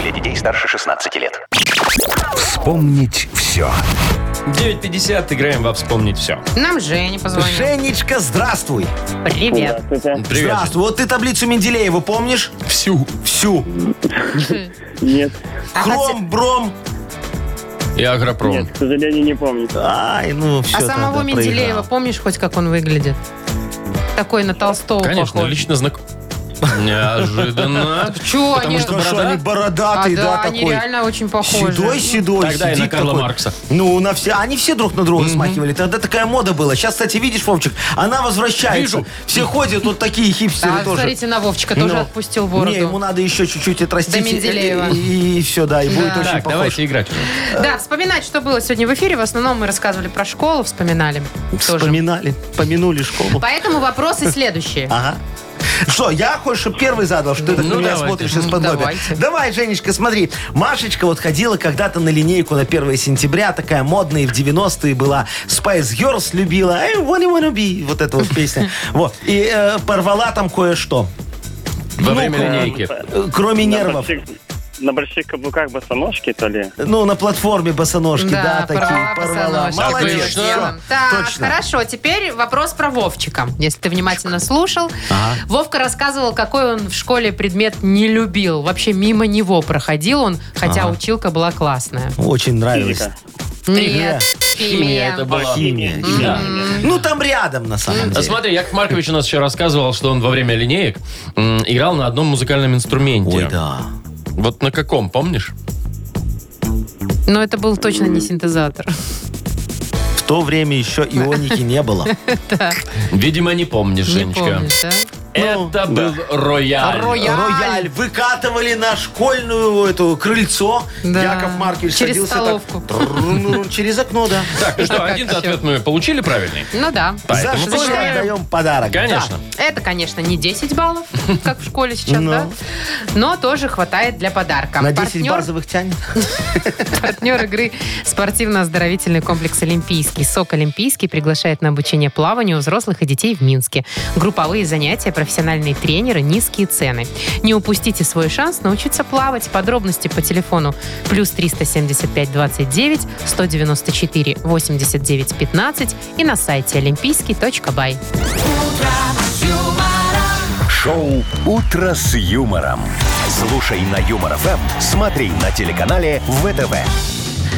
Для детей старше 16 лет.
Вспомнить все.
9.50, играем во «Вспомнить все».
Нам Женя позвонил.
Женечка, здравствуй.
Привет.
Привет.
Здравствуй. Вот ты таблицу Менделеева помнишь?
Всю.
Всю.
Нет,
А хотя-
Хром, бром.
И агропром.
к сожалению, не А помню.
Ай, ну все.
А самого Менделеева помнишь хоть, как он выглядит? Такой на
ну,
Толстого
Конечно,
похож.
лично
*laughs*
знаком. Неожиданно.
Чё,
Потому
они-
что
Ну что,
борода...
они
А,
бородатые, да,
да, они
такой.
реально очень похожи.
Седой, седой,
Тогда и на
сидит
Карла
такой.
Маркса.
Ну, на все. Они все друг на друга смахивали. Тогда такая мода была. Сейчас, кстати, видишь, Вовчик, она возвращается.
Вижу.
Все ходят вот такие хипстеры
Да,
тоже.
смотрите, на Вовчика тоже
Ну.
отпустил бороду.
Не, ему надо еще чуть-чуть отрастить.
До Менделеева.
И, все, да, и будет
Да.
очень
Так,
похож.
давайте играть уже.
Да, вспоминать, что было сегодня в эфире. В основном мы рассказывали про школу, вспоминали тоже.
Вспоминали, помянули школу.
Поэтому вопросы следующие.
Ага. Что, я хочешь, чтобы первый задал, что ты так
Ну,
на меня
давайте.
смотришь из
Ну,
под
давайте.
Давай, Женечка, смотри. Машечка вот ходила когда-то на линейку на 1 сентября, такая модная, и в 90-е была. Spice Girls любила. I wanna wanna be. Вот эта вот
*laughs*
песня. Вот. И э, порвала там кое-что.
Во время линейки.
Э, Кроме нервов.
На больших каблуках босоножки, то ли?
Ну, на платформе босоножки, да, такие
порвала
порвала.
босоножки.
Молодец.
Отлично.
всё,
Так,
Точно.
хорошо. Теперь вопрос про Вовчика. Если ты внимательно слушал, Вовка рассказывал, какой он в школе предмет не любил. Вообще мимо него проходил он, хотя училка была классная.
Очень нравилось.
Физика.
Нет,
Химия это была.
Химия.
Да.
Ну, там рядом, на самом
А
деле.
Смотри, Яков Маркович у нас еще рассказывал, что он во время линеек м, играл на одном музыкальном инструменте.
Ой, да.
Вот на каком, помнишь?
Но это был точно не синтезатор.
В то время еще ионики не было.
Видимо, не помнишь,
Не
Женечка.
помнишь, Ну, да?
Это
А
был рояль.
Рояль.
Рояль выкатывали на школьную эту крыльцо.
Да.
Яков Маркович
Через
садился
столовку.
так. Тру-ру-ру, Через окно, да.
Так, ну что,
как
один
еще?
ответ мы получили правильный?
Ну да. А,
За
Поэтому
что и
поздравляем.
отдаем подарок.
Конечно.
Это, конечно, не 10 баллов, *laughs* как в школе сейчас,
Ну.
да? Но тоже хватает для подарка.
Да. На 10
Партнер
базовых тянет.
Партнер игры спортивно-оздоровительный комплекс «Олимпийский». СОК «Олимпийский» приглашает на обучение плаванию взрослых и детей в Минске. Групповые занятия, профессиональные тренеры, низкие цены. Не упустите свой шанс научиться плавать. Подробности по телефону плюс 375 29 194 89 15 и на сайте олимпийский.бай.
Шоу «Утро с юмором». Слушай на Юмор ФМ, смотри на телеканале ВТВ.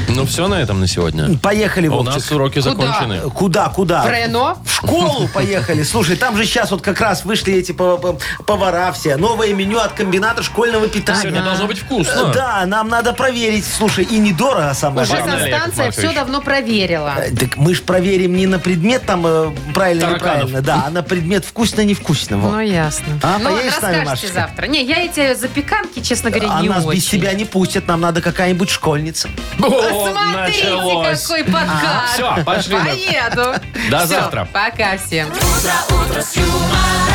Ну все на этом на сегодня.
Поехали,
А У
Вовчик.
нас уроки закончены.
Куда, куда?
Рено?
В школу поехали. Слушай, там же сейчас вот как раз вышли эти пов- пов- повара все. Новое меню от комбината школьного питания.
Сегодня должно быть вкусно.
Да, нам надо проверить. Слушай, и недорого самое
Уже
Ладно, Яков
Констанция
Маркович.
все давно проверила.
Э, Так мы ж проверим не на предмет там э, правильно
Тараканов.
неправильно, да, а на предмет вкусно-невкусно. во.
Ну, ясно.
А,
Ну,
поедешь с нами,
расскажете
Машечка?
завтра. Не, я эти запеканки, честно говоря,
а
не
нас
очень.
без тебя не пустят, нам надо какая-нибудь школьница.
О,
Смотрите,
началось.
какой подкаст.
Все, пошли.
Поеду.
До
Всё,
завтра.
Пока всем.
утро, утро с юмором.